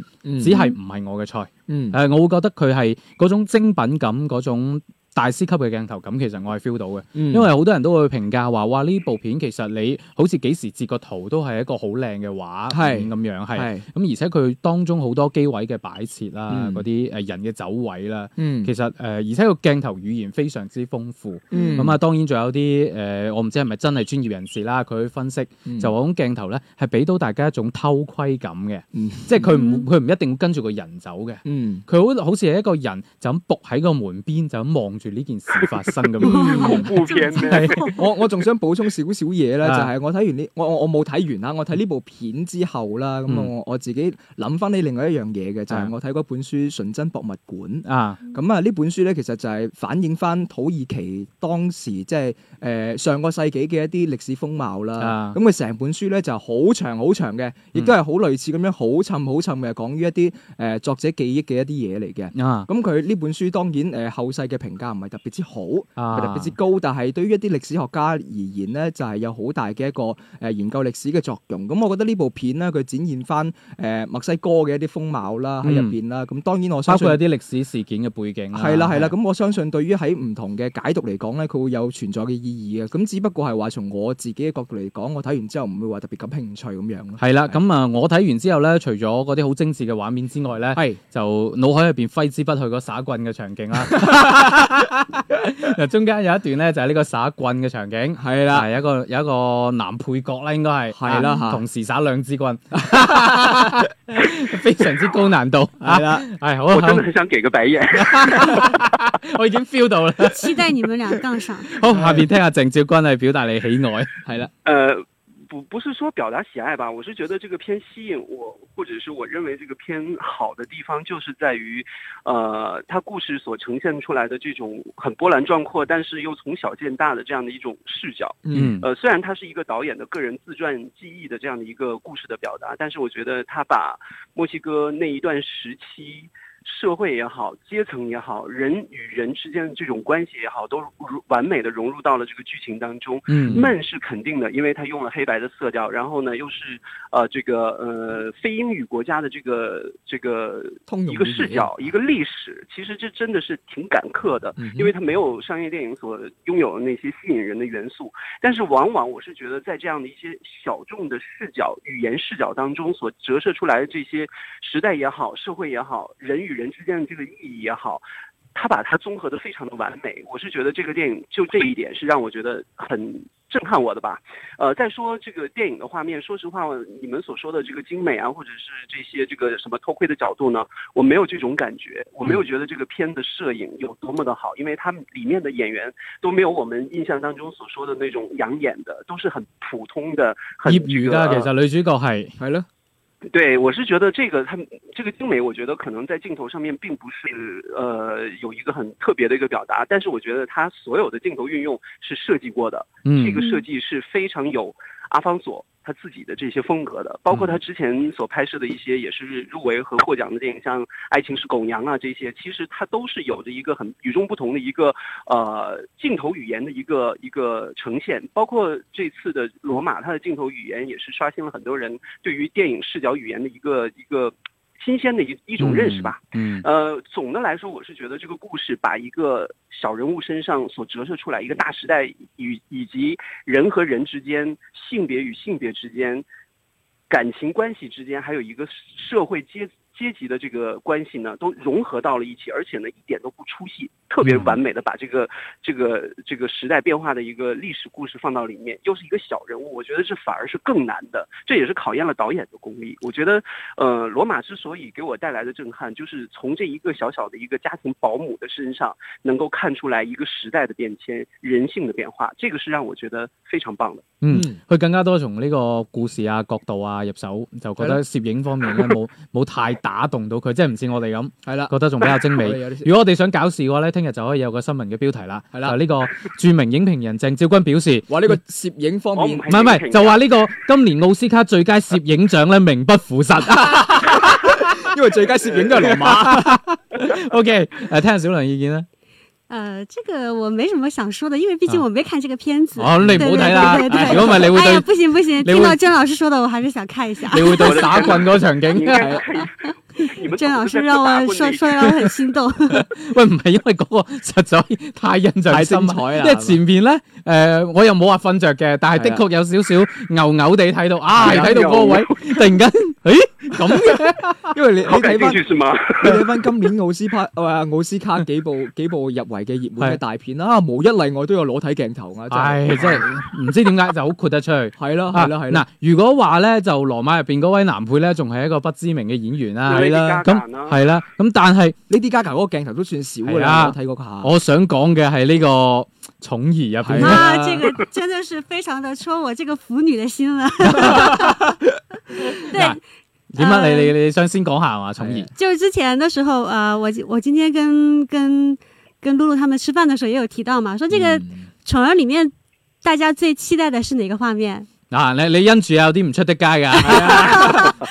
Speaker 3: 只係唔係我嘅菜。
Speaker 4: 嗯
Speaker 3: 誒、我會覺得佢係嗰種精品感，嗰種大師級嘅鏡頭感，其實我係 feel 到嘅。
Speaker 4: 嗯
Speaker 3: 因為好多人都會評價話：哇，呢部片其實你好似幾時截個圖都係一個好靚嘅畫
Speaker 4: 係
Speaker 3: 片咁樣，係
Speaker 4: 係
Speaker 3: 咁而且佢當中好多機位嘅擺設啦，
Speaker 4: 嗯
Speaker 3: 嗰啲誒人嘅走位啦，
Speaker 4: 嗯
Speaker 3: 其實誒、而且個鏡頭語言非常之豐富。
Speaker 4: 嗯
Speaker 3: 咁啊、當然仲有啲誒、呃我唔知係咪真係專業人士啦，佢分析
Speaker 4: 嗯
Speaker 3: 就話嗰種鏡頭咧係俾到大家一種偷窺感嘅，
Speaker 4: 嗯
Speaker 3: 即係佢唔佢唔一定要跟住個人走嘅。
Speaker 4: 嗯
Speaker 3: 佢好好似係一個人就咁仆喺個門邊，就咁望住呢件事發生咁
Speaker 5: 恐
Speaker 3: 樣。
Speaker 5: 怖片 呢？
Speaker 4: 我我仲想補充少少嘢咧，就
Speaker 3: 啊
Speaker 4: 係我睇完呢，我我我冇睇完啦，我睇呢部片之後啦，咁啊
Speaker 3: 嗯
Speaker 4: 我我自己諗翻起另外一樣嘢嘅，就
Speaker 3: 啊
Speaker 4: 係我睇嗰本書《純真博物館》。
Speaker 3: 啊，
Speaker 4: 咁啊，呢本書咧其實就係反映翻土耳其當時即係誒上個世紀嘅一啲歷史風貌
Speaker 3: 啊
Speaker 4: 啦。咁佢成本書咧就好長好長嘅，亦都係好類似咁樣好沉好沉嘅，講於一啲誒、呃作者記憶嘅一啲嘢嚟嘅。
Speaker 3: 啊
Speaker 4: 咁佢呢本書當然誒、呃、後世嘅評價唔係特別之好，唔
Speaker 3: 啊
Speaker 4: 係特別之高，但係對於一啲歷史學家而言咧，就係、有好大嘅一個誒、呃研究歷史嘅作用。咁我覺得呢部片咧，佢展現翻誒、呃墨西哥嘅一啲風貌啦喺入邊啦。咁、當然我
Speaker 3: 嗯包
Speaker 4: 相信
Speaker 3: 括啊有啲歷史事件嘅背景
Speaker 4: 係啦係啦，，咁我相信對於喺唔同嘅解讀嚟講咧，佢會有存在嘅意義嘅。咁只不過係話從我自己嘅角度嚟講，我睇完之後唔會話特別感興趣咁樣咯。
Speaker 3: 係啦。咁啊，我睇完之後咧，除咗嗰啲好精緻嘅畫面之外咧，
Speaker 4: 係
Speaker 3: 就腦海入邊揮之不去嗰耍棍嘅場景 啦。嗱，中間有一段咧就係呢個耍棍嘅場景。
Speaker 4: 係啦，
Speaker 3: 係有一個有一個男配角啦，應該係
Speaker 4: 係啦
Speaker 3: 啊
Speaker 4: 嚇
Speaker 3: 同時耍兩支 棍， 非常之高難度。
Speaker 4: 係啦，
Speaker 3: 係好
Speaker 5: 我真的
Speaker 3: 哎啊，
Speaker 5: 很想给个白眼。
Speaker 3: 我已經 feel 到啦。
Speaker 6: 期待你们俩杠上。
Speaker 3: 好，下面聽下鄭少君係表達你喜愛。
Speaker 4: 係啦，
Speaker 5: 呃，不不是说表达喜爱吧，我是觉得这个片吸引我，或者是我认为这个片好的地方，就是在于，呃，它故事所呈现出来的这种很波澜壮阔，但是又从小见大的这样的一种视角。
Speaker 4: 嗯
Speaker 5: 呃，虽然它是一个导演的个人自传记忆的这样的一个故事的表达，但是我觉得他把墨西哥那一段时期。社会也好，阶层也好，人与人之间的这种关系也好，都如完美的融入到了这个剧情当中。
Speaker 3: 嗯
Speaker 5: 闷是肯定的，因为它用了黑白的色调，然后呢又是呃这个呃非英语国家的这个这个
Speaker 4: 通用
Speaker 5: 一个
Speaker 4: 理解嗯
Speaker 5: 视角，一个历史，其实这真的是挺赶客的，
Speaker 4: 嗯哼
Speaker 5: 因为它没有商业电影所拥有的那些吸引人的元素。但是往往我是觉得，在这样的一些小众的视角、语言视角当中，所折射出来的这些时代也好、社会也好、人与人之间的这个意义也好，他把它综合的非常的完美。我是觉得这个电影就这一点是让我觉得很震撼我的吧。呃，再说这个电影的画面，说实话，你们所说的这个精美啊，或者是这些这个什么偷窥的角度呢，我没有这种感觉，我没有觉得这个片子摄影有多么的好，因为他们里面的演员都没有我们印象当中所说的那种养眼的，都是很普通的、很
Speaker 3: 业
Speaker 5: 这
Speaker 3: 余
Speaker 5: 个
Speaker 3: 噶，
Speaker 5: 呃
Speaker 3: 其實女啊主角係
Speaker 4: 啊系咯，
Speaker 5: 对，我是觉得这个他们这个精美，我觉得可能在镜头上面并不是呃有一个很特别的一个表达，但是我觉得他所有的镜头运用是设计过的，
Speaker 3: 嗯
Speaker 5: 这个设计是非常有阿方索他自己的这些风格的，包
Speaker 3: 嗯
Speaker 5: 括他之前所拍摄的一些也是入围和获奖的电影，像《爱情是狗娘》啊这些，其实他都是有着一个很与众不同的一个呃镜头语言的一个一个呈现，包括这次的罗马，它的镜头语言也是刷新了很多人对于电影视角语言的一个一个新鲜的一一种认识吧。
Speaker 3: 嗯
Speaker 5: 呃，总的来说，我是觉得这个故事把一个小人物身上所折射出来一个大时代与以及人和人之间、性别与性别之间、感情关系之间，还有一个社会阶阶级的这个关系呢，都融合到了一起，而且呢，一点都不出戏，特别完美的把这个这个这个时代变化的一个历史故事放到里面，又是一个小人物，我觉得这反而是更难的，这也是考验了导演的功力。我觉得，呃，罗马之所以给我带来的震撼，就是从这一个小小的一个家庭保姆的身上，能够看出来一个时代的变迁、人性的变化，这个是让我觉得非常棒的。
Speaker 3: 嗯，佢更加多從呢個故事啊、角度啊入手，就覺得攝影方面咧 冇冇太打動到佢，即係唔似我哋咁
Speaker 4: 系啦，
Speaker 3: 覺得仲比較精
Speaker 4: 我
Speaker 3: 美
Speaker 4: 哋。有啲
Speaker 3: 如果我哋想搞事嘅話咧，聽日就可以有個新聞嘅標題啦。
Speaker 4: 係啦
Speaker 3: 就呢個著名影評人鄭照君表 示。
Speaker 4: 哇呢個攝影方面
Speaker 5: 我
Speaker 3: 唔係唔係，就話呢個今年奧斯卡最佳攝影獎咧名不副 實。
Speaker 4: 因為最佳攝影都係羅 馬，
Speaker 3: OK，誒聽下小梁意見啦。
Speaker 6: 呃，这个我没什么想说的，因为毕竟我没看这个片子。
Speaker 3: 哦，你唔好睇啦，
Speaker 6: 对对对对
Speaker 3: 如果唔係你會
Speaker 6: 啊哎
Speaker 3: 對
Speaker 6: 呀，不行不行，
Speaker 3: 你
Speaker 6: 听
Speaker 3: 会
Speaker 6: 到甄老师说的，我还是想看 一下。
Speaker 3: 你會對耍棍嗰個場景
Speaker 5: 你应
Speaker 3: 係啊
Speaker 5: 该看一下，你们
Speaker 6: 甄老
Speaker 5: 总
Speaker 6: 师
Speaker 5: 是在
Speaker 6: 让
Speaker 5: 打
Speaker 6: 我
Speaker 5: 混
Speaker 6: 说
Speaker 5: 的一
Speaker 6: 说得让我很心动。
Speaker 3: 喂，唔係因為嗰個實在太印象深刻
Speaker 4: 太精彩啦
Speaker 3: 因為前面咧，誒、我又冇話瞓着嘅，但係的
Speaker 4: 係啊
Speaker 3: 確有少少牛牛地睇到，啊，睇到嗰個位
Speaker 5: 牛，
Speaker 3: 突然間，誒咁嘅，
Speaker 4: 因為你你
Speaker 5: 好感
Speaker 4: 睇
Speaker 5: 兴
Speaker 4: 翻
Speaker 5: 趣。是吗？
Speaker 4: 你睇翻今年奧斯卡 啊奧斯卡 幾部幾部入圍嘅熱門嘅大片啦，啊無一例外都有裸體鏡頭 啊！真係
Speaker 3: 唉，真係唔知點解就好豁得出去。
Speaker 4: 係咯
Speaker 3: 啊
Speaker 4: 係咯係咯
Speaker 3: 嗱，，如果話咧就羅馬入邊嗰位男配咧，仲係一個不知名嘅演員啦，
Speaker 5: 係啦
Speaker 3: 咁係啦，咁但係
Speaker 4: 呢啲加球嗰個鏡頭都算少㗎
Speaker 3: 係啊
Speaker 4: 啦，我睇過佢下。
Speaker 3: 我想講嘅係呢個寵兒入
Speaker 4: 係
Speaker 3: 邊
Speaker 4: 啊。
Speaker 6: 啊，这个真的是非常的戳我这个腐女的心了。对
Speaker 3: 嗱，點啊？你
Speaker 6: 呃
Speaker 3: 你你想先講下係嘛？寵兒
Speaker 4: 係啊
Speaker 6: 就是之前的时候，呃，我我今天跟跟跟露露他们吃饭的时候也有提到嘛，说这个《
Speaker 3: 嗯
Speaker 6: 宠儿》里面大家最期待的是哪个画面？
Speaker 3: 嗱，你你因住有啲唔出得街㗎。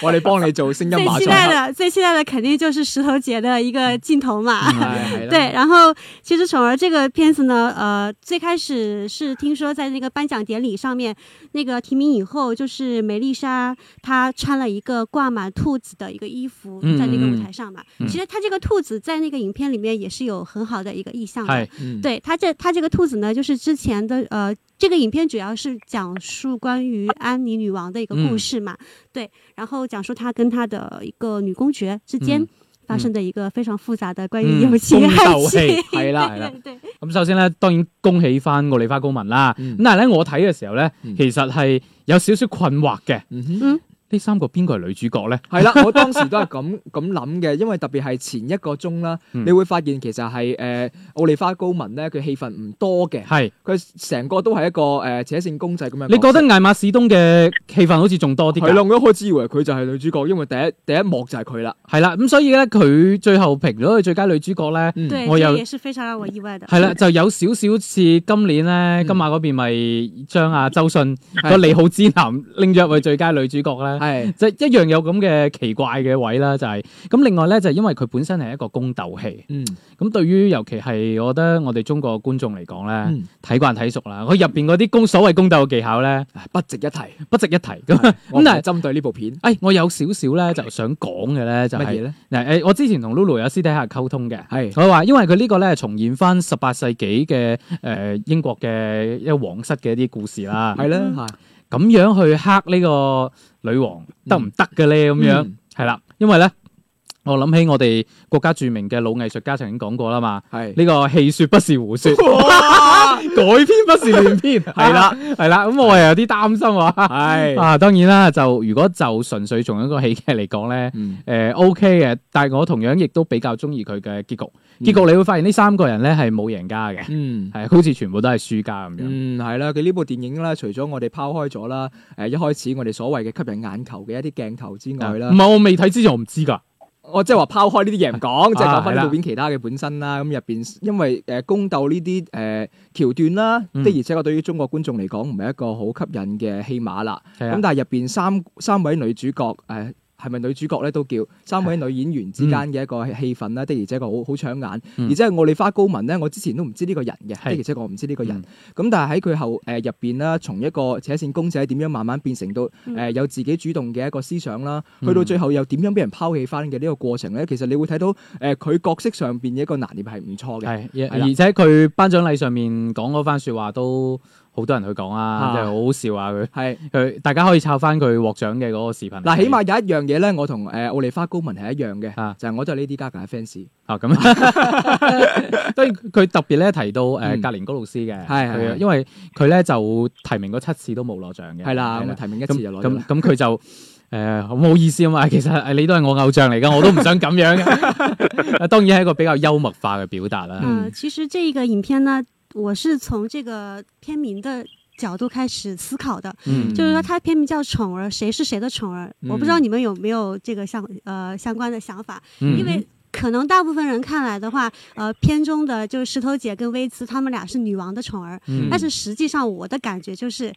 Speaker 4: 我哋幫你做聲音
Speaker 6: 最
Speaker 4: 馬
Speaker 6: 期
Speaker 4: 賽克。
Speaker 6: 待的最期待的肯定就是石头姐的一个镜头
Speaker 3: 嗯
Speaker 6: 嘛。
Speaker 4: 係啦
Speaker 6: 对，然后其实《宠儿》这个片子呢，呃，最开始是听说在那个颁奖典礼上面，那个提名以后，就是梅丽莎她穿了一个挂满兔子的一个衣服
Speaker 3: 嗯
Speaker 6: 在那个
Speaker 3: 嗯
Speaker 6: 舞
Speaker 3: 嗯
Speaker 6: 台上嘛。
Speaker 3: 嗯
Speaker 6: 其实她这个兔子在那个影片里面也是有很好的一个意象的。
Speaker 3: 係。
Speaker 4: 嗯
Speaker 6: 对他这他这个兔子呢，就是之前的呃，这个影片主要是讲述关于安妮女王的一个
Speaker 3: 嗯
Speaker 6: 故事嘛，对，然后讲述她跟她的一个女公爵之间
Speaker 3: 嗯
Speaker 6: 发生的一个非常复杂的关
Speaker 3: 嗯
Speaker 6: 于友情、
Speaker 3: 宫
Speaker 6: 爱
Speaker 3: 斗
Speaker 6: 情
Speaker 3: 戏，係啦係 啦
Speaker 6: 对对对，
Speaker 3: 咁首先咧，當然恭喜翻奧利花高文啦。咁、
Speaker 4: 嗯
Speaker 3: 但係咧，我睇嘅時候咧，
Speaker 4: 嗯
Speaker 3: 其實係有少少困惑嘅。
Speaker 4: 嗯哼
Speaker 3: 呢三個邊個係女主角咧？
Speaker 4: 係啦，我當時都係咁 咁諗嘅，因為特別係前一個鐘啦，
Speaker 3: 嗯
Speaker 4: 你會發現其實係誒、呃、奧利花高文咧，佢戲份唔多嘅，
Speaker 3: 係，
Speaker 4: 佢成個都係一個誒、呃、扯線公仔咁樣。
Speaker 3: 你覺得？艾馬士東嘅戲份好似仲多啲
Speaker 4: 係
Speaker 3: 㗎？
Speaker 4: 咯，我一開始以為佢就係女主角，因為第一第一幕就係佢啦。
Speaker 3: 係啦，咁所以咧，佢最後評咗佢最佳女主角 咧，
Speaker 4: 嗯
Speaker 6: 对，
Speaker 3: 我
Speaker 6: 这
Speaker 3: 有
Speaker 6: 个也是非常让我意外的。
Speaker 3: 係啦，就有少少似今年咧，金馬嗰邊咪將阿周迅個
Speaker 4: 係
Speaker 3: 《你好之男》拎咗入去最佳女主角咧。
Speaker 4: 係
Speaker 3: 即係一樣有咁嘅奇怪嘅位啦，就係、咁。另外咧，就係因為佢本身係一個宮鬥戲，
Speaker 4: 嗯
Speaker 3: 咁對於尤其係我覺得我哋中國觀眾嚟講咧，
Speaker 4: 嗯，
Speaker 3: 睇、慣睇熟啦，佢入邊嗰啲宮所謂宮鬥嘅技巧咧，
Speaker 4: 唉啊不值一提。咁
Speaker 3: 不值一提咁。
Speaker 4: 我唔
Speaker 3: 但係
Speaker 4: 係針對呢部片，
Speaker 3: 誒，我有少少咧就想講嘅咧，就
Speaker 4: 乜嘢
Speaker 3: 係
Speaker 4: 咧？
Speaker 3: 嗱誒，我之前同 Lulu 有私底下溝通嘅。
Speaker 4: 係
Speaker 3: 佢話因為佢呢個咧重現翻十八世紀嘅誒、呃英國嘅一個皇室嘅一啲故事啦，
Speaker 4: 係啦嚇，
Speaker 3: 咁樣去黑呢個女王得唔得嘅咧？咁樣
Speaker 4: 嗯
Speaker 3: 係啦，因為咧我諗起我哋國家著名嘅老藝術家曾經講過啦嘛，
Speaker 4: 係
Speaker 3: 呢、個戲說不是胡說， 改編不是亂 編，係啦係啦，咁我又有啲擔心話
Speaker 4: 係
Speaker 3: 啊，當然啦，就如果就純粹從一個戲劇嚟講咧。
Speaker 4: 嗯
Speaker 3: 誒、OK 嘅，但係我同樣亦都比較中意佢嘅結局。
Speaker 4: 嗯
Speaker 3: 結局你會發現呢三個人咧係冇贏家嘅，
Speaker 4: 嗯。
Speaker 3: 係好似全部都係輸家咁樣。
Speaker 4: 嗯，係啦，佢呢部電影啦，除咗我哋拋開咗啦，誒、一開始我哋所謂嘅吸引眼球嘅一啲鏡頭之
Speaker 3: 啊
Speaker 4: 外啦
Speaker 3: 唔，係我未睇之前我唔知㗎。
Speaker 4: 我即係話拋開呢啲嘢唔 講，啊即係講
Speaker 3: 係
Speaker 4: 翻
Speaker 3: 啦
Speaker 4: 呢部片其他嘅本身啦。咁入邊因為誒宮鬥呢啲誒橋段啦，
Speaker 3: 嗯
Speaker 4: 的而且確對於中國觀眾嚟講唔係一個好吸引嘅戲碼啦。
Speaker 3: 係啊
Speaker 4: 咁但係入邊三三位女主角誒。係咪女主角咧都叫三位女演員之間嘅一個氣氛啦，的而且確好好搶眼，
Speaker 3: 嗯
Speaker 4: 而且係我哋花高文咧，我之前都唔知呢個人嘅，的
Speaker 3: 係嗯
Speaker 4: 而且確我唔知呢個人。咁但係喺佢後誒入邊啦，從一個扯線公仔點樣慢慢變成到誒、
Speaker 6: 嗯
Speaker 4: 呃有自己主動嘅一個思想啦，
Speaker 3: 嗯
Speaker 4: 去到最後又點樣俾人拋棄翻嘅呢個過程咧，其實你會睇到誒佢、角色上邊嘅一個拿捏係唔錯嘅。
Speaker 3: 係，
Speaker 4: 係
Speaker 3: 而
Speaker 4: 啦
Speaker 3: 而且佢頒獎禮上面講嗰番説話都好多人去講啊，
Speaker 4: 啊
Speaker 3: 即係好好笑啊！佢
Speaker 4: 係
Speaker 3: 佢大家可以抄翻佢獲獎嘅嗰個視頻嚟睇。
Speaker 4: 嗱，起碼有一樣嘢咧，我同誒奧利花高文係一樣嘅，
Speaker 3: 啊
Speaker 4: 就係我都係 Lady Gaga 嘅 fans。
Speaker 3: 啊 咁，所以佢特別咧提到
Speaker 4: 嗯
Speaker 3: 誒格連高老師嘅，
Speaker 4: 係係
Speaker 3: 佢
Speaker 4: 係
Speaker 3: 因為佢咧就提名嗰七次都冇攞獎嘅，
Speaker 4: 係啦，咁啊提名一次
Speaker 3: 咁
Speaker 4: 就攞咗
Speaker 3: 咁
Speaker 4: 啦。
Speaker 3: 咁佢就誒好唔好意思啊嘛，其實誒你都係我偶像嚟㗎，我都唔想咁樣嘅。 啊當然係一個比較幽默化嘅表達啦。
Speaker 6: 嗯、
Speaker 4: 嗯
Speaker 6: 其实这个影片呢，我是从这个片名的角度开始思考的，
Speaker 3: 嗯
Speaker 6: 就是说它片名叫《宠儿》，谁是谁的宠儿？我不知道你们有没有这个相呃相关的想法，
Speaker 3: 嗯
Speaker 6: 因为。可能大部分人看来的话，呃，片中的就是石头姐跟薇姿，她们俩是女王的宠儿，
Speaker 3: 嗯
Speaker 6: 但是实际上我的感觉就是，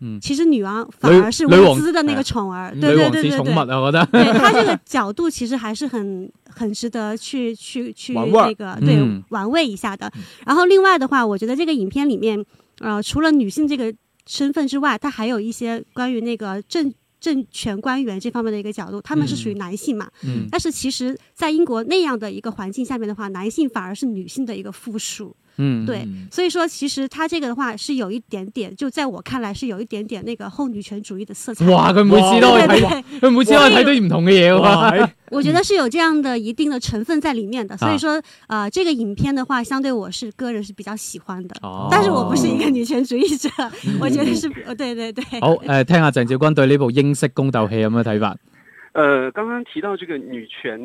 Speaker 3: 嗯
Speaker 6: 其实女王反
Speaker 3: 女
Speaker 6: 而是
Speaker 3: 女
Speaker 6: 薇
Speaker 3: 王
Speaker 6: 姿的那
Speaker 3: 哎
Speaker 6: 个宠儿，
Speaker 4: 嗯
Speaker 6: 对
Speaker 3: 女
Speaker 6: 对
Speaker 3: 王
Speaker 6: 对
Speaker 3: 是
Speaker 6: 对
Speaker 3: 寵
Speaker 6: 对，
Speaker 3: 物啊，我覺得。
Speaker 6: 对他这 个角度其实还是很很值得去去去
Speaker 4: 玩味儿
Speaker 6: 那个对、
Speaker 3: 嗯
Speaker 6: 玩味一下的。然后另外的话，我觉得这个影片里面，呃，除了女性这个身份之外，它还有一些关于那个政政权官员这方面的一个角度，他们是属于男性嘛，
Speaker 3: 嗯
Speaker 6: 但是其实，在英国那样的一个环境下面的话，男性反而是女性的一个附属。
Speaker 3: 嗯
Speaker 6: 对，所以说其实它这个的话是有一点点，就在我看来是有一点点那个后女权主义的色彩。
Speaker 3: 哇！佢每次都可以
Speaker 6: 对对
Speaker 3: 睇，
Speaker 6: 对。
Speaker 3: 佢每次都可以睇到唔同嘅嘢
Speaker 4: 哇
Speaker 3: 喎。
Speaker 6: 我觉得是有这样的一定的成分在里面的，所
Speaker 3: 啊
Speaker 6: 以说，呃，这个影片的话，相对我是个人是比较喜欢的，
Speaker 3: 哦嗯
Speaker 6: 但是我不是一个女权主义者，我觉得是，呃对对对，
Speaker 3: 好誒，聽下鄭少君對呢部英式宮鬥戲有咩睇法？
Speaker 5: 呃，刚刚提到这个女权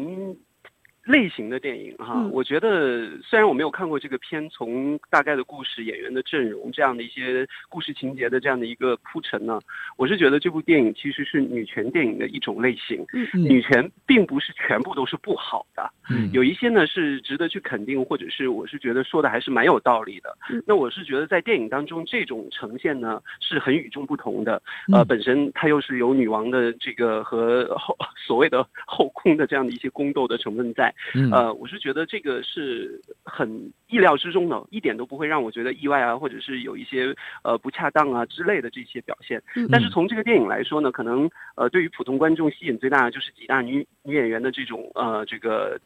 Speaker 5: 类型的电影哈，
Speaker 6: 嗯
Speaker 5: 我觉得虽然我没有看过这个片，从大概的故事、演员的阵容这样的一些故事情节的这样的一个铺陈呢，我是觉得这部电影其实是女权电影的一种类型。女权并不是全部都是不好的，
Speaker 3: 嗯
Speaker 5: 有一些呢是值得去肯定，或者是我是觉得说的还是蛮有道理的。
Speaker 6: 嗯
Speaker 5: 那我是觉得在电影当中这种呈现呢是很与众不同的，呃，
Speaker 4: 嗯
Speaker 5: 本身它又是有女王的这个和后所谓的后宫的这样的一些宫斗的成分在，
Speaker 3: 嗯
Speaker 5: 呃，我是觉得这个是很意料之中的，一点都不会让我觉得意外啊，或者是有一些呃不恰当啊之类的这些表现。
Speaker 6: 嗯
Speaker 5: 但是从这个电影来说呢，可能呃对于普通观众吸引最大的就是几大女女演员的这种呃这个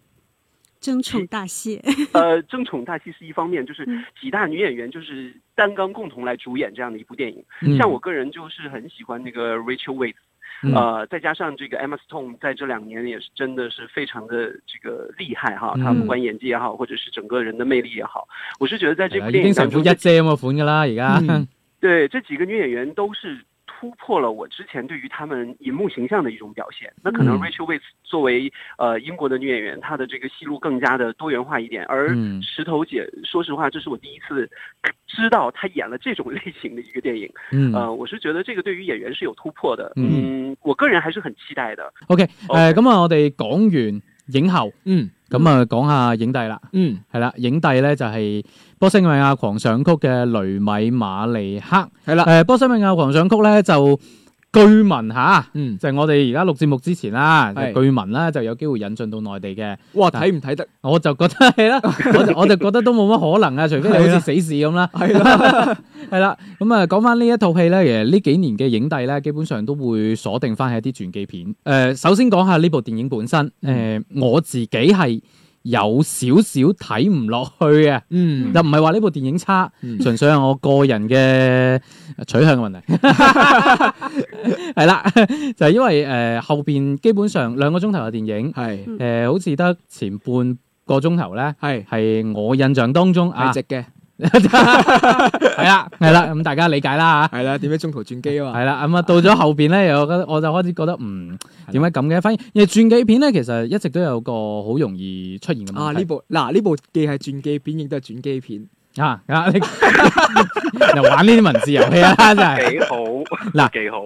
Speaker 6: 争宠大戏，
Speaker 5: 呃争宠大戏是一方面，就是
Speaker 6: 嗯
Speaker 5: 几大女演员就是担纲共同来主演这样的一部电影。像我个人就是很喜欢那个 Rachel Weisz。
Speaker 3: 嗯
Speaker 5: 呃，再加上这个 Emma Stone 在这两年也是真的是非常的这个厉害哈，她
Speaker 3: 嗯
Speaker 5: 不管演技也好，或者是整个人的魅力也好，我是觉得在这
Speaker 3: 係啦啊
Speaker 5: 部
Speaker 3: 已
Speaker 5: 电影
Speaker 3: 經
Speaker 5: 当
Speaker 3: 成副
Speaker 5: 中，
Speaker 3: 哎一姐咁嘅款㗎啦，而家
Speaker 4: 嗯
Speaker 5: 对这几个女演员都是突破了我之前对于她们荧幕形象的一种表现。那可能
Speaker 3: 嗯
Speaker 5: Rachel Weisz 作为呃英国的女演员，她的这个戏路更加的多元化一点，而
Speaker 3: 嗯
Speaker 5: 石头姐，说实话，这是我第一次知道她演了这种类型的一个电影。
Speaker 3: 嗯。
Speaker 4: 啊
Speaker 5: 呃，我是觉得这个对于演员是有突破的，
Speaker 3: 嗯
Speaker 5: 嗯，我个人还是很期待的。
Speaker 3: OK，
Speaker 5: OK
Speaker 3: 誒咁啊，我哋講完影后，
Speaker 4: 嗯
Speaker 3: 咁啊講下影帝啦。
Speaker 4: 嗯
Speaker 3: 係啦，影帝咧就係波西米亞狂想曲嘅雷米馬利克。
Speaker 4: 係啦
Speaker 3: 誒、波西米亞狂想曲咧就據聞吓，
Speaker 4: 嗯，
Speaker 3: 就係我哋而家錄節目之前啦，就
Speaker 4: 係
Speaker 3: 據聞啦就有機會引進到內地嘅，
Speaker 4: 哇，睇唔睇得？
Speaker 3: 哦我就覺得係 啦，我就我就覺得都冇乜可能啊，除非你
Speaker 4: 係
Speaker 3: 好似
Speaker 4: 啊
Speaker 3: 死士咁啦，
Speaker 4: 係啦，
Speaker 3: 係啦，咁啊講翻呢一套戲咧，其實呢幾年嘅影帝咧，基本上都會鎖定翻係一啲傳記片。誒、首先講下呢部電影本身，誒、
Speaker 4: 嗯
Speaker 3: 我自己係有少少睇唔落去嘅，
Speaker 4: 嗯
Speaker 3: 又唔係話呢部電影 差，
Speaker 4: 嗯
Speaker 3: 純粹係我個人嘅取向嘅問題。 係啦，就係因為誒、後邊基本上兩個鐘頭嘅電影，誒、
Speaker 4: 係
Speaker 3: 好似得前半個鐘頭咧。
Speaker 4: 係
Speaker 3: 係我印象當中啊
Speaker 4: 係，直嘅，
Speaker 3: 係啦，係啦，咁大家理解啦
Speaker 4: 係啦，點解中途轉機啊
Speaker 3: 吓，
Speaker 4: 嘛？
Speaker 3: 係啦，咁啊到咗後邊咧，又覺得我就開始覺得嗯
Speaker 4: 係
Speaker 3: 點解咁嘅？反而因為傳記片咧，其實一直都有個好容易出現嘅
Speaker 4: 啊！
Speaker 3: 問
Speaker 4: 呢
Speaker 3: 題
Speaker 4: 部嗱呢部既係傳記片，亦都係轉機片。
Speaker 3: 啊啊！你 又玩呢啲文字遊戲 啦，真係。
Speaker 5: 幾好
Speaker 3: 嗱
Speaker 5: 幾好，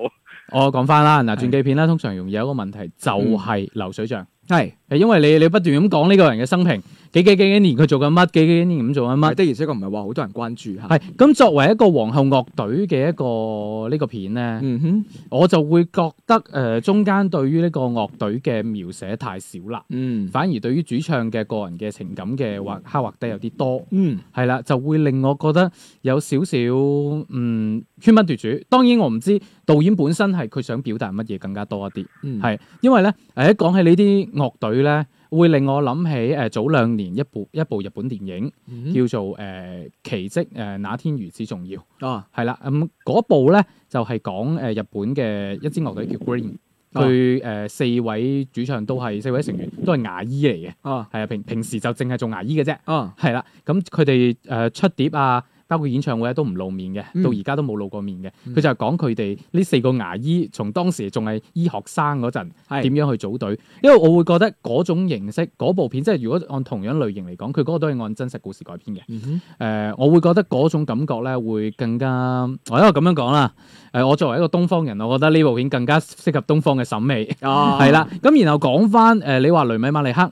Speaker 3: 我講翻啦，嗱
Speaker 4: 係嗯
Speaker 3: 傳記片咧，通常容易有一個問題就係流水帳，
Speaker 4: 係
Speaker 3: 係因為你你不斷咁講呢個人嘅生平，幾幾幾幾年佢做緊乜，幾幾幾年咁做緊乜
Speaker 4: 乜。的而且確唔係話好多人關注嚇。
Speaker 3: 係咁，作為一個皇后樂隊嘅一個呢個片咧，
Speaker 4: 嗯哼，
Speaker 3: 我就會覺得誒、呃中間對於呢個樂隊嘅描寫太少啦，
Speaker 4: 嗯
Speaker 3: 反而對於主唱嘅個人嘅情感嘅畫刻畫得有啲多，
Speaker 4: 嗯
Speaker 3: 係啦，就會令我覺得有少少嗯喧賓奪主。當然我唔知導演本身係佢想表達乜嘢更加多一啲，
Speaker 4: 嗯
Speaker 3: 係因為咧誒一講起呢啲樂隊咧，會令我諗起誒、呃早兩年一部一部日本電影
Speaker 4: 嗯
Speaker 3: 叫做誒、呃奇蹟誒、呃那天如此重要。
Speaker 4: 啊
Speaker 3: 係啦，咁、嗰部咧就係講誒日本嘅一支樂隊叫 Green，
Speaker 4: 哦
Speaker 3: 佢誒、呃四位主唱都係四位成員都係牙醫嚟嘅，
Speaker 4: 啊
Speaker 3: 係啊平平時就淨係做牙醫嘅啫，
Speaker 4: 啊
Speaker 3: 係啦，咁佢哋誒出碟啊，包括演唱會啊都唔露面嘅，
Speaker 4: 嗯
Speaker 3: 到而家都冇露過面嘅，
Speaker 4: 嗯
Speaker 3: 佢、就係講佢哋呢四個牙醫從當時仲係醫學生嗰陣
Speaker 4: 係
Speaker 3: 點樣去組隊，因為我會覺得嗰種形式嗰部片即係如果按同樣類型嚟講，佢嗰個都係按真實故事改編嘅。
Speaker 4: 嗯哼
Speaker 3: 誒、呃我會覺得嗰種感覺咧會更加，我因為咁樣講啦。誒、我作為一個東方人，我覺得呢部片更加適合東方嘅審美，
Speaker 4: 啊
Speaker 3: 係啦、咁然後講翻誒，呃你話雷米馬利克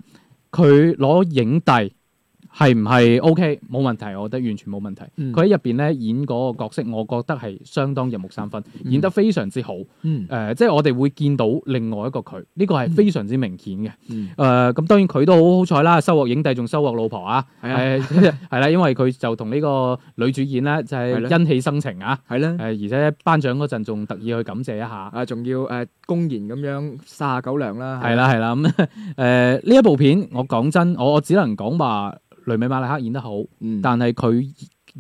Speaker 3: 佢攞影帝係唔係 OK？冇問題，我覺得完全冇問題。
Speaker 4: 嗯
Speaker 3: 佢喺入邊咧演嗰個角色，我覺得係相當入木三分，
Speaker 4: 嗯
Speaker 3: 演得非常之好。誒、
Speaker 4: 嗯
Speaker 3: 即係我哋會見到另外一個佢，呢、個係非常之明顯嘅。呃
Speaker 4: 嗯
Speaker 3: 誒咁、當然佢都好好彩啦，收穫影帝仲收穫老婆啊！
Speaker 4: 係啊
Speaker 3: 誒係啦，因為佢就同呢個女主演咧就
Speaker 4: 係
Speaker 3: 係、
Speaker 4: 咯
Speaker 3: 因戲生情啊！
Speaker 4: 係啦
Speaker 3: 誒、。而且頒獎嗰陣仲特意去感謝一下，
Speaker 4: 啊，仲要誒公然咁樣撒下狗糧啦，
Speaker 3: 係啦係啦咁誒呢一部片，我講真，我我只能講話雷美馬利克演得好，
Speaker 4: 嗯，
Speaker 3: 但係佢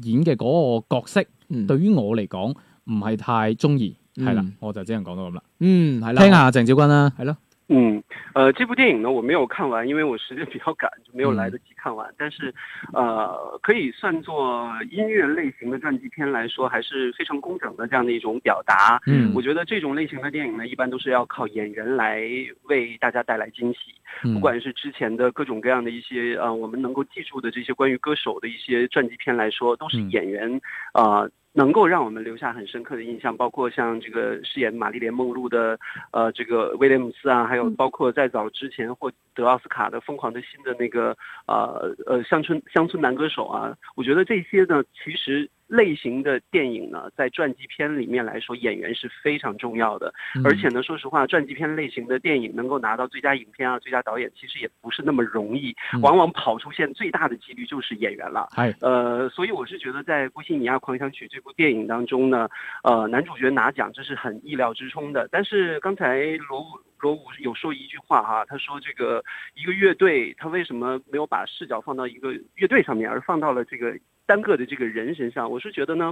Speaker 3: 演嘅嗰個角色
Speaker 4: 嗯
Speaker 3: 對於我嚟講唔係太中意，係啦
Speaker 4: 嗯，
Speaker 3: 我就只能講到咁啦。
Speaker 4: 嗯係啦，
Speaker 3: 聽下鄭少君啦，
Speaker 5: 嗯，呃，这部电影呢，我没有看完，因为我时间比较赶，就没有
Speaker 3: 嗯
Speaker 5: 来得及看完。但是，呃，可以算作音乐类型的传记片来说，还是非常工整的这样的一种表达。
Speaker 3: 嗯
Speaker 5: 我觉得这种类型的电影呢，一般都是要靠演员来为大家带来惊喜。
Speaker 3: 嗯
Speaker 5: 不管是之前的各种各样的一些呃，我们能够记住的这些关于歌手的一些传记片来说，都是
Speaker 3: 嗯
Speaker 5: 演员啊、呃能够让我们留下很深刻的印象。包括像这个饰演玛丽莲梦露的呃这个威廉姆斯啊，还有
Speaker 6: 嗯
Speaker 5: 包括在早之前获得奥斯卡的《疯狂的心》的那个呃呃乡村乡村男歌手啊，我觉得这些呢，其实。类型的电影呢，在传记片里面来说，演员是非常重要的。
Speaker 3: 嗯
Speaker 5: 而且呢，说实话，传记片类型的电影能够拿到最佳影片啊、最佳导演，其实也不是那么容易
Speaker 3: 嗯，
Speaker 5: 往往跑出线最大的几率就是演员了。
Speaker 3: 係
Speaker 5: 呃，所以我是觉得在《波西米亚狂想曲》这部电影当中呢，呃，男主角拿奖这是很意料之中的。但是刚才罗武罗武有说一句话哈、他说这个一个乐队，他为什么没有把视角放到一个乐队上面，而放到了这个单个的这个人身上？我是觉得呢，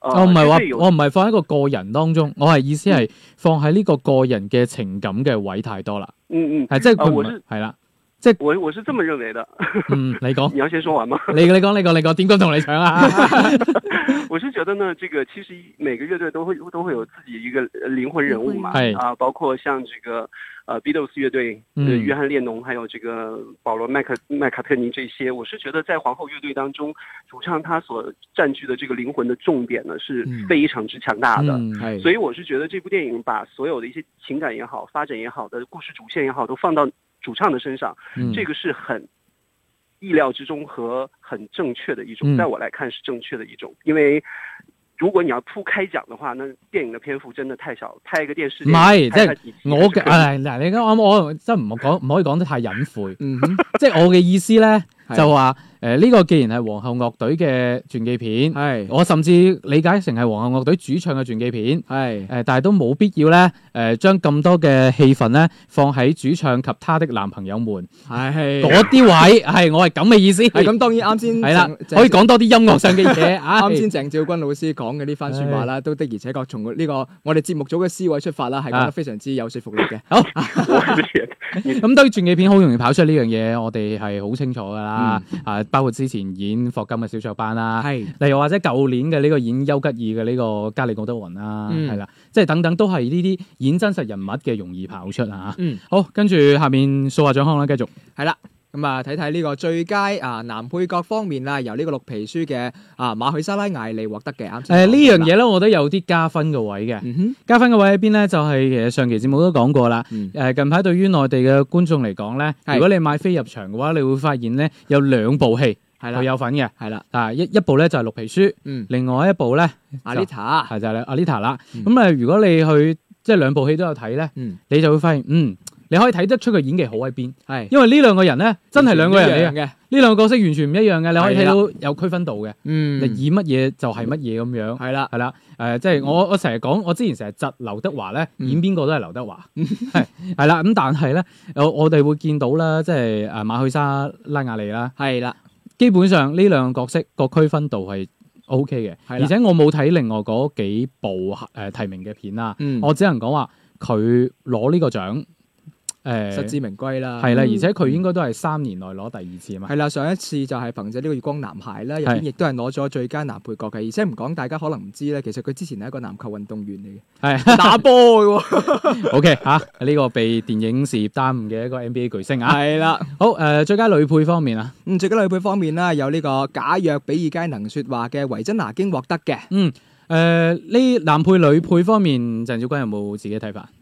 Speaker 5: 呃，
Speaker 3: 哦我唔係
Speaker 5: 乐队
Speaker 3: 話
Speaker 5: 有
Speaker 3: 我唔係放喺個個人當中，我係意思
Speaker 5: 嗯
Speaker 3: 係放喺呢個個人嘅情感嘅位太多啦，
Speaker 5: 嗯嗯，
Speaker 3: 係即係佢
Speaker 5: 啊
Speaker 3: 唔
Speaker 5: 我
Speaker 3: 係
Speaker 5: 是
Speaker 3: 係啦，
Speaker 5: 我我是这么认为的。
Speaker 3: 嗯，你講
Speaker 5: 你要先说完吗？
Speaker 3: 你你講你講你講，點敢同你搶 啊？
Speaker 5: 我是觉得呢，这个其实每个乐队都会都会有自己一个呃灵魂人物嘛，
Speaker 3: 灵魂人物
Speaker 5: 啊，包括像这个呃 Beatles 乐队，
Speaker 3: 嗯
Speaker 5: 呃约翰列侬，还有这个保罗麦克麦卡特尼这些，我是觉得在皇后乐队当中，主唱他所占据的这个灵魂的重点呢是
Speaker 4: 嗯
Speaker 5: 非常之强大的。
Speaker 3: 嗯
Speaker 4: 係
Speaker 5: 所以我是觉得这部电影把所有的一些情感也好、发展也好的故事主线也好，都放到主唱的身上，
Speaker 3: 嗯
Speaker 5: 这个是很意料之中和很正确的一种，
Speaker 3: 嗯
Speaker 5: 在我来看是正确的一种，因为如果你要铺开讲的话，那电影的篇幅真的太少，拍一个电视
Speaker 3: 唔係
Speaker 5: 拍
Speaker 3: 即係
Speaker 5: 下幾集
Speaker 3: 嗯我哎
Speaker 5: 還是
Speaker 3: 嘅
Speaker 5: 可以
Speaker 3: 唉嗱，你啱啱我真係唔好講，唔可以講得太隱晦。
Speaker 4: 嗯哼，
Speaker 3: 即係我嘅意思咧，
Speaker 4: 係
Speaker 3: 就話誒呢個既然係皇后樂隊嘅傳記片，
Speaker 4: 係
Speaker 3: 我甚至理解成係皇后樂隊主唱嘅傳記片。誒、
Speaker 4: 係
Speaker 3: 但係都冇必要咧，誒、將咁多嘅氣氛咧放喺主唱及她的男朋友們
Speaker 4: 係
Speaker 3: 嗰啲位，係我係咁嘅意思。
Speaker 4: 係咁，當然啱先
Speaker 3: 係啦，
Speaker 4: 鄭
Speaker 3: 可以。講多啲音樂上嘅嘢。唉
Speaker 4: 啱先鄭照君老師講嘅呢番説話啦，都的而且確從呢個我哋節目組嘅思維出發啦，係講
Speaker 3: 啊
Speaker 4: 得非常之有說服力嘅。
Speaker 3: 好。
Speaker 5: 我也
Speaker 3: 咁當然傳記片好容易跑出呢樣嘢，我哋係好清楚㗎啦。啊，包括之前演霍金嘅小雀斑啦，
Speaker 4: 係
Speaker 3: 例如或者舊年嘅呢個演丘吉爾嘅呢個加里奧德雲啦，
Speaker 4: 嗯
Speaker 3: 係啦、即係等等都係呢啲演真實人物嘅容易跑出啊。
Speaker 4: 嗯，
Speaker 3: 好，跟住下面數下獎項啦，繼續。
Speaker 4: 係啦。咁啊，睇睇呢個最佳啊男配角方面啦，由呢個綠皮書嘅啊馬許沙拉艾利獲得嘅。啱先
Speaker 3: 誒呢樣
Speaker 4: 講到啦，
Speaker 3: 嘢咧，我覺得有啲加分嘅位嘅。
Speaker 4: 嗯哼，
Speaker 3: 加分嘅位喺邊咧？就係、其實上期節目都講過啦。
Speaker 4: 嗯
Speaker 3: 誒、近排對於內地嘅觀眾嚟講咧，
Speaker 4: 係
Speaker 3: 如果你買飛入場嘅話，你會發現咧有兩部戲
Speaker 4: 係
Speaker 3: 佢
Speaker 4: 啦，
Speaker 3: 有份嘅。
Speaker 4: 係啦，
Speaker 3: 啊，一一部咧就係、綠皮書。
Speaker 4: 嗯，
Speaker 3: 另外一部咧
Speaker 4: 阿
Speaker 3: 嗯
Speaker 4: Lita，
Speaker 3: 係就係 Alita 啦。
Speaker 4: 啊嗯
Speaker 3: 咁啊，如果你去即係兩部戲都有睇咧，
Speaker 4: 嗯，
Speaker 3: 你就會發現，嗯，你可以睇得出佢演技好喺邊，
Speaker 4: 係
Speaker 3: 因為呢兩個人咧真係兩個人嚟嘅，
Speaker 4: 嚟嘅，
Speaker 3: 呢兩個角色完全唔一樣嘅，你可以睇
Speaker 4: 係啦
Speaker 3: 到有區分度嘅，
Speaker 4: 嗯，
Speaker 3: 你演乜嘢就係乜嘢咁樣。
Speaker 4: 係啦，
Speaker 3: 係啦，誒、即係我我成日講，我之前成日窒劉德華咧，
Speaker 4: 嗯
Speaker 3: 演邊個都係劉德華，係係啦。咁但係咧，我我哋會見到啦，即係誒馬去沙拉亞利啦，
Speaker 4: 係啦，
Speaker 3: 基本上呢兩個角色個區分度係 O K 嘅，
Speaker 4: 係
Speaker 3: 而
Speaker 4: 啦
Speaker 3: 且我冇睇另外嗰幾部誒、提名嘅片啦，
Speaker 4: 嗯，
Speaker 3: 我只能講話佢攞呢個獎，誒、
Speaker 4: 實至名歸啦，
Speaker 3: 係啦，啊
Speaker 6: 嗯
Speaker 3: 而且佢應該都係三年內攞第二次啊嘛
Speaker 4: 係，啦，上一次就係憑藉呢個《月光男孩》啦，入邊
Speaker 3: 係
Speaker 4: 亦都係攞咗最佳男配角嘅，而且唔講大家可能唔知咧，其實佢之前係一個籃球運動 員嚟嘅，
Speaker 3: 係
Speaker 4: 嗯 打波嘅喎，
Speaker 3: O K 嚇，啊呢個被電影事業耽誤嘅一個 N B A 巨星啊，
Speaker 4: 係啦。
Speaker 3: 好誒、最佳女配方面啊。
Speaker 4: 咁最佳女配方面啦，有呢個假若比爾街能説話嘅維珍娜經獲得嘅，
Speaker 3: 誒嗯呃呢、男配女配方面，鄭少君有冇自己睇法？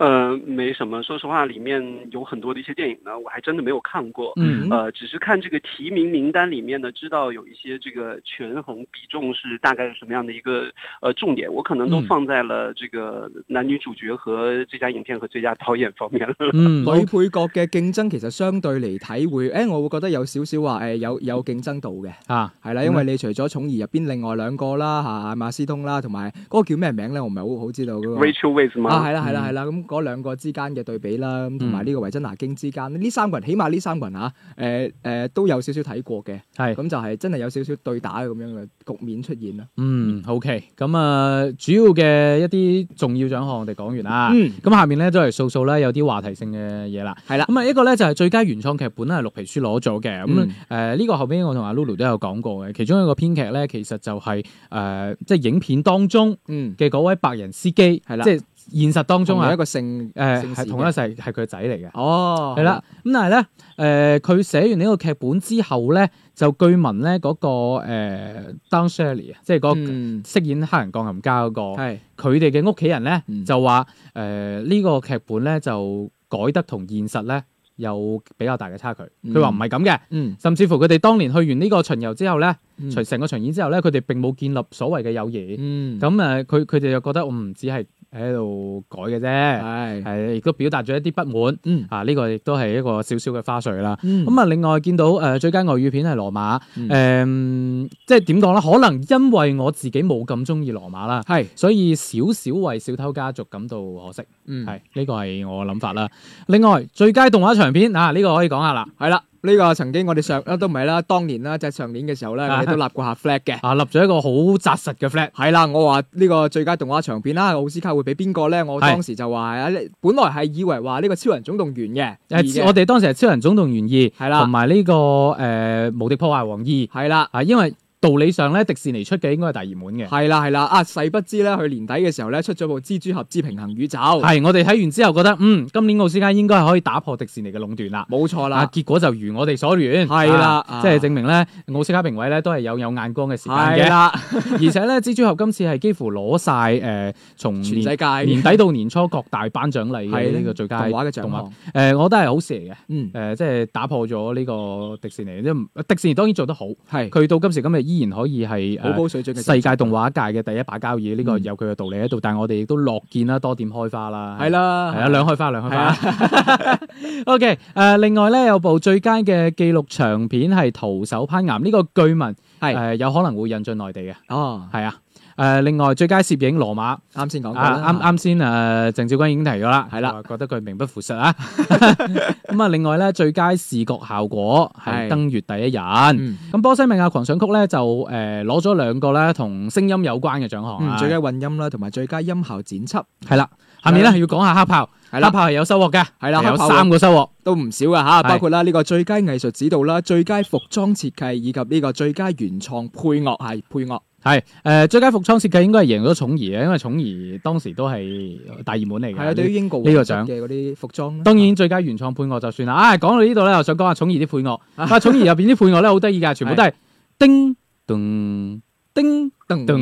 Speaker 5: 呃，没什么。说实话，里面有很多的一些电影呢，我还真的没有看过。
Speaker 4: 嗯
Speaker 5: 呃，只是看这个提名名单里面呢，知道有一些这个权衡比重是大概是什么样的一个呃重点，我可能都
Speaker 3: 嗯
Speaker 5: 放在了这个男女主角和最佳影片和最佳导演方面了。
Speaker 3: 嗯
Speaker 4: 女配角嘅競爭其實相對嚟睇會，誒、我會覺得有少少話誒有有競爭度嘅，
Speaker 3: 啊，
Speaker 4: 係啦，因為你除咗寵兒入邊另外兩個啦嚇，馬斯通啦，同埋嗰個叫咩名咧，我唔係好好知道嗰、個。
Speaker 5: Rachel Weisz 吗？
Speaker 4: 啊，係啦，係
Speaker 3: 嗯
Speaker 4: 啦，係啦，咁嗰兩個之間嘅對比啦，咁同埋呢個維珍拿經之間，呢三個人起碼呢三個人嚇，誒誒都有少少睇過嘅，
Speaker 3: 係，
Speaker 4: 咁就係真係有少少對打咁樣嘅局面出現啦。
Speaker 3: 嗯，OK，咁啊，主要嘅一啲重要獎項我哋講完啦。
Speaker 4: 嗯，
Speaker 3: 咁下面咧都係數數咧有啲話題性嘅嘢啦，
Speaker 4: 係啦
Speaker 3: 咁啊一個咧就係最佳原創劇本咧係綠皮書攞咗嘅，咁
Speaker 4: 嗯
Speaker 3: 誒呢個後邊我同阿 Lulu 都有講過嘅，其中一個編劇咧其實就係、誒即係影片當中
Speaker 4: 嗯，
Speaker 3: 嘅嗰位白人司機，
Speaker 4: 係啦
Speaker 3: 即係現實當中
Speaker 4: 仲
Speaker 3: 啊
Speaker 4: 有一，個性
Speaker 3: 誒
Speaker 4: 姓
Speaker 3: 係
Speaker 4: 氏
Speaker 3: 同
Speaker 4: 嘅
Speaker 3: 一世係佢個仔嚟嘅。
Speaker 4: 哦，
Speaker 3: 係啦，咁但係咧，诶、佢寫完呢個劇本之後咧，就據聞咧嗰個诶 Don Shirley 啊，即係嗰個
Speaker 4: 嗯，
Speaker 3: 飾演黑人鋼琴家嗰、個，
Speaker 4: 係
Speaker 3: 佢哋嘅屋企人咧、
Speaker 4: 嗯
Speaker 3: 就話诶呢個劇本咧就改得同現實咧有比較大嘅差距。
Speaker 4: 嗯
Speaker 3: 佢話唔係咁嘅，
Speaker 4: 嗯，
Speaker 3: 甚至乎佢哋當年去完呢個巡遊之後咧，
Speaker 4: 嗯
Speaker 3: 除成個巡演之後咧，佢哋並冇建立所謂嘅友誼。
Speaker 4: 嗯，
Speaker 3: 咁诶、誒佢佢哋就覺得我唔只係喺度改嘅啫，
Speaker 4: 係
Speaker 3: 係亦都表達咗一啲不滿。
Speaker 4: 嗯
Speaker 3: 啊，呢、個亦都係一個少少嘅花絮啦。
Speaker 4: 嗯
Speaker 3: 咁啊，另外見到誒、呃最佳外語片係《羅馬》
Speaker 4: 嗯
Speaker 3: 誒即係點講咧？可能因為我自己冇咁中意羅馬啦，
Speaker 4: 係
Speaker 3: 所以少少為小偷家族感到可惜。
Speaker 4: 嗯
Speaker 3: 係呢個係我諗法啦。另外最佳動畫長片啊，呢、個可以講下啦。
Speaker 4: 係啦。呢個曾經我哋上啊都唔係啦，當年啦，就係上年嘅時候
Speaker 3: 啊
Speaker 4: 咧，我哋都立過下 flag 嘅。
Speaker 3: 啊，立咗一個好扎實嘅 flat。
Speaker 4: 係啦，我話呢個最佳動畫長片啦，奧斯卡會俾邊個咧？我
Speaker 3: 係
Speaker 4: 當時就話係啊，本來係以為話呢個超人總動員嘅，二
Speaker 3: 誒，
Speaker 4: 嘅
Speaker 3: 我哋當時係《超人總動員二》，
Speaker 4: 係啦
Speaker 3: 同埋呢個誒、呃無敵破壞王二》
Speaker 4: 係啦。
Speaker 3: 啊，因為道理上咧，迪士尼出嘅應該係大熱門嘅。
Speaker 4: 係啦係啦，啊！誓不知咧，佢年底嘅時候咧出咗部《蜘蛛俠之平衡宇宙》，
Speaker 3: 係，我哋睇完之後覺得，嗯，今年奧斯卡應該係可以打破迪士尼嘅壟斷啦。
Speaker 4: 冇錯
Speaker 3: 啊，
Speaker 4: 啦，
Speaker 3: 結果就如我哋所願，
Speaker 4: 係啦
Speaker 3: 啊
Speaker 4: 啊
Speaker 3: 即係證明咧，奧斯卡評委咧都係有有眼光嘅時間
Speaker 4: 係
Speaker 3: 嘅，
Speaker 4: 啦，
Speaker 3: 而且咧蜘蛛俠今次係幾乎攞晒誒從
Speaker 4: 全世
Speaker 3: 年
Speaker 4: 界
Speaker 3: 嗯年底到年初各大頒獎禮嘅
Speaker 4: 係
Speaker 3: 呢個最佳
Speaker 4: 動畫嘅獎
Speaker 3: 動畫
Speaker 4: 項，
Speaker 3: 誒，我覺得係好事嚟嘅，誒、
Speaker 4: 嗯
Speaker 3: 即係打破咗呢個迪士尼，即係迪士尼當然做得好，
Speaker 4: 係
Speaker 3: 佢到今時今日依依然可以係
Speaker 4: 好
Speaker 3: 誒
Speaker 4: 高水準嘅嗯
Speaker 3: 世界動畫界嘅第一把交椅，呢個有佢嘅道理喺度。但係我哋亦都樂見啦，多點開花啦。
Speaker 4: 係啦，
Speaker 3: 系啊，兩開花，兩開
Speaker 4: 係啊
Speaker 3: 花。O K，诶，另外咧有部最佳嘅紀錄長片係《徒手攀岩》，呢、個據聞誒
Speaker 4: 係
Speaker 3: 呃有可能會引進內地嘅，
Speaker 4: 哦，
Speaker 3: 係啊。誒，另外最佳攝影羅馬
Speaker 4: 啱先講過啦，
Speaker 3: 啊，啱啱先誒鄭少君已經提咗啦，
Speaker 4: 係啦
Speaker 3: 話覺得佢名不符實 啊。咁啊，另外咧最佳視覺效果係
Speaker 4: 係
Speaker 3: 登月第一人。
Speaker 4: 嗯
Speaker 3: 咁波西米亞狂想曲咧就誒攞咗兩個咧同聲音有關嘅獎項
Speaker 4: 嗯
Speaker 3: 啊，
Speaker 4: 最佳混音啦，同埋最佳音效剪輯
Speaker 3: 係啦。下面咧要講下黑豹，
Speaker 4: 係
Speaker 3: 黑
Speaker 4: 啦，
Speaker 3: 豹係有收穫嘅，
Speaker 4: 係啦
Speaker 3: 有
Speaker 4: 黑豹
Speaker 3: 三個收穫。
Speaker 4: 都唔少噶吓，
Speaker 3: 係
Speaker 4: 包括啦呢個最佳藝術指導啦、最佳服裝設計以及呢個最佳原創配樂係配樂，
Speaker 3: 系诶、誒最佳服裝設計應該係贏咗寵兒嘅，因為寵兒當時都係大熱門嚟
Speaker 4: 係啊，對於
Speaker 3: 嘅。
Speaker 4: 英國
Speaker 3: 呢個
Speaker 4: 皇室
Speaker 3: 獎
Speaker 4: 嘅嗰啲服裝呢，
Speaker 3: 當然最佳原創配樂就算啦。啊，講到呢度咧，我想講下寵兒啲配 樂。啊，寵兒入邊啲配樂咧好得意㗎，全部都係叮咚叮
Speaker 4: 噔
Speaker 3: 咚，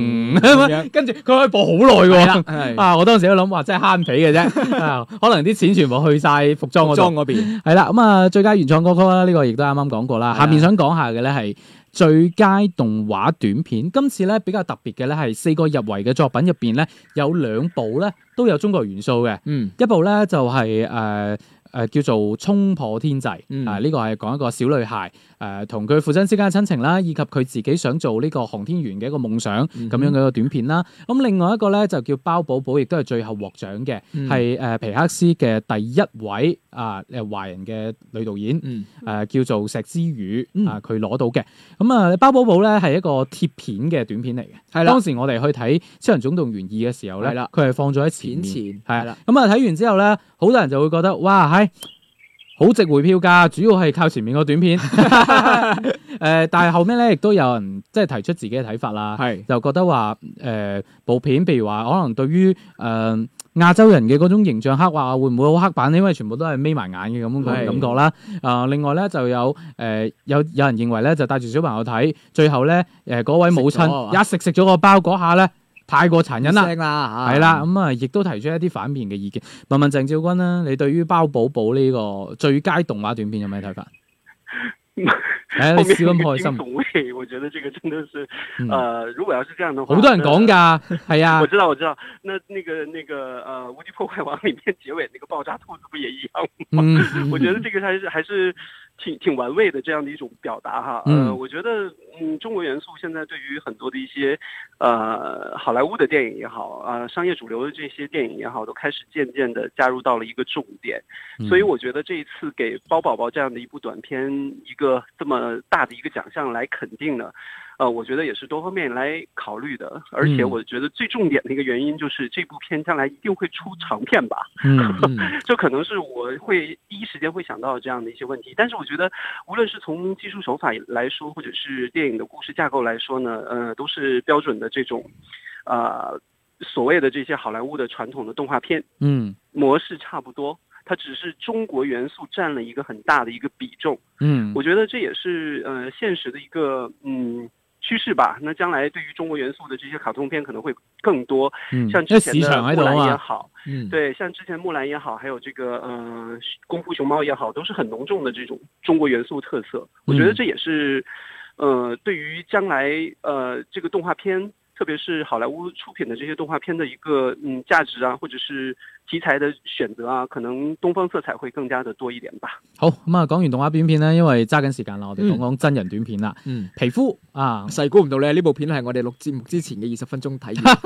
Speaker 4: 咁樣
Speaker 3: 跟住佢可以播好耐
Speaker 4: 係啦
Speaker 3: 喎。
Speaker 4: 係
Speaker 3: 啊！我當時都諗，哇，真係慳皮嘅啫，啊可能啲錢全部去晒服裝
Speaker 4: 服
Speaker 3: 嗰
Speaker 4: 裝
Speaker 3: 度。
Speaker 4: 嗰邊
Speaker 3: 係啦，咁啊，最佳原創歌曲啦，呢、個亦都啱啱講過啦。
Speaker 4: 係啊
Speaker 3: 下面想講下嘅咧係最佳動畫短片，今次咧比較特別嘅咧係四個入圍嘅作品入邊咧，有兩部咧都有中國元素嘅，
Speaker 4: 嗯
Speaker 3: 一部咧就係誒誒叫做《衝破天際》
Speaker 4: 嗯
Speaker 3: 啊，呢個係講一個小女孩誒同佢父親之間嘅親情啦，以及佢自己想做呢個航天員嘅一個夢想咁
Speaker 4: 嗯
Speaker 3: 樣嘅一個短片啦。咁另外一個咧就叫包寶寶，亦都係最後獲獎嘅。
Speaker 4: 嗯
Speaker 3: 係誒皮克斯嘅第一位啊誒華人嘅女導演
Speaker 4: 嗯
Speaker 3: 誒叫做石之予
Speaker 4: 嗯
Speaker 3: 啊，佢攞到嘅。咁啊，包寶寶咧係一個貼片嘅短片嚟嘅。
Speaker 4: 係啦
Speaker 3: 當時我哋去睇《超人總動員二》嘅時候咧
Speaker 4: 係，啦
Speaker 3: 佢係放咗喺前
Speaker 4: 片
Speaker 3: 面。
Speaker 4: 前
Speaker 3: 係
Speaker 4: 啦
Speaker 3: 啦。，咁啊睇完之後咧，好多人就會覺得哇，係好值回票價，主要係靠前面個短 片。 誒、但係後尾咧，亦都有人即係提出自己嘅睇法啦。
Speaker 4: 係
Speaker 3: 就覺得話誒、呃部片，譬如話可能對於誒、呃、亞洲人嘅嗰種形象刻畫，會唔會好黑板？因為全部都係眯埋眼嘅咁
Speaker 4: 係
Speaker 3: 嘅感覺啦。啊、另外咧就有誒、呃有有人認為咧就帶住小朋友睇，呃最後咧誒嗰位母
Speaker 4: 食咗啊
Speaker 3: 親一食食咗個包嗰下咧，太過殘忍啦。
Speaker 4: 聲啦
Speaker 3: 係啦，咁啊，亦都提出一啲反面嘅意見。問問鄭照君啦，你對於包寶寶呢個最佳動畫短片有咩睇法？ 係啊，
Speaker 5: 后
Speaker 3: 你
Speaker 5: 面
Speaker 3: 笑咁
Speaker 5: 有
Speaker 3: 開
Speaker 5: 一个惊
Speaker 3: 心，
Speaker 5: 悚味，我觉得这个真的是，
Speaker 3: 嗯
Speaker 5: 呃，如果要是这样的话，
Speaker 3: 好多人講
Speaker 5: 那。
Speaker 3: 㗎，係啊
Speaker 5: 我，知道，我知道。那那个那个呃，《无敌破坏王》里面结尾那个爆炸兔子不也一样吗？
Speaker 3: 嗯，
Speaker 5: 我觉得这个还是还是挺挺玩味的这样的一种表达哈。呃，
Speaker 3: 嗯
Speaker 5: 我觉得嗯，中国元素现在对于很多的一些呃好莱坞的电影也好，呃商业主流的这些电影也好，都开始渐渐的加入到了一个重点。
Speaker 3: 嗯
Speaker 5: 所以我觉得这一次给包宝宝这样的一部短片一个这么大的一个奖项来肯定呢，呃，我觉得也是多方面来考虑的。而且
Speaker 3: 嗯
Speaker 5: 我觉得最重点的一个原因就是这部片将来一定会出长片吧。
Speaker 3: 嗯
Speaker 4: 嗯
Speaker 5: 这可能是我会第一时间会想到这样的一些问题。但是我觉得，无论是从技术手法来说，或者是电影的故事架构来说呢，呃，都是标准的这种，呃，所谓的这些好莱坞的传统的动画片
Speaker 3: 嗯
Speaker 5: 模式差不多。它只是中国元素占了一个很大的一个比重，
Speaker 3: 嗯
Speaker 5: 我觉得这也是呃现实的一个嗯趋势吧。那将来对于中国元素的这些卡通片可能会更多，
Speaker 3: 嗯，
Speaker 5: 像
Speaker 3: 因為
Speaker 5: 之
Speaker 3: 市
Speaker 5: 前的
Speaker 3: 場喺
Speaker 5: 木
Speaker 3: 度
Speaker 5: 兰也
Speaker 3: 啊嘛，
Speaker 5: 好，
Speaker 4: 嗯，
Speaker 5: 对，像之前木兰也好，还有这个呃功夫熊猫也好，都是很浓重的这种中国元素特色。我觉得
Speaker 3: 嗯
Speaker 5: 这也是，呃，对于将来呃这个动画片，特别是好莱坞出品的这些动画片的一个嗯价值啊，或者是题材的选择啊，可能东方色彩会更加的多一点吧。
Speaker 3: 好咁啊，講完動畫短片咧，因為揸緊時間啦，我哋講
Speaker 4: 嗯
Speaker 3: 講真人短片啦。
Speaker 4: 嗯。
Speaker 3: 皮膚啊，
Speaker 4: 細估唔到咧，呢部片係我哋錄節目之前嘅二十分 鐘睇完，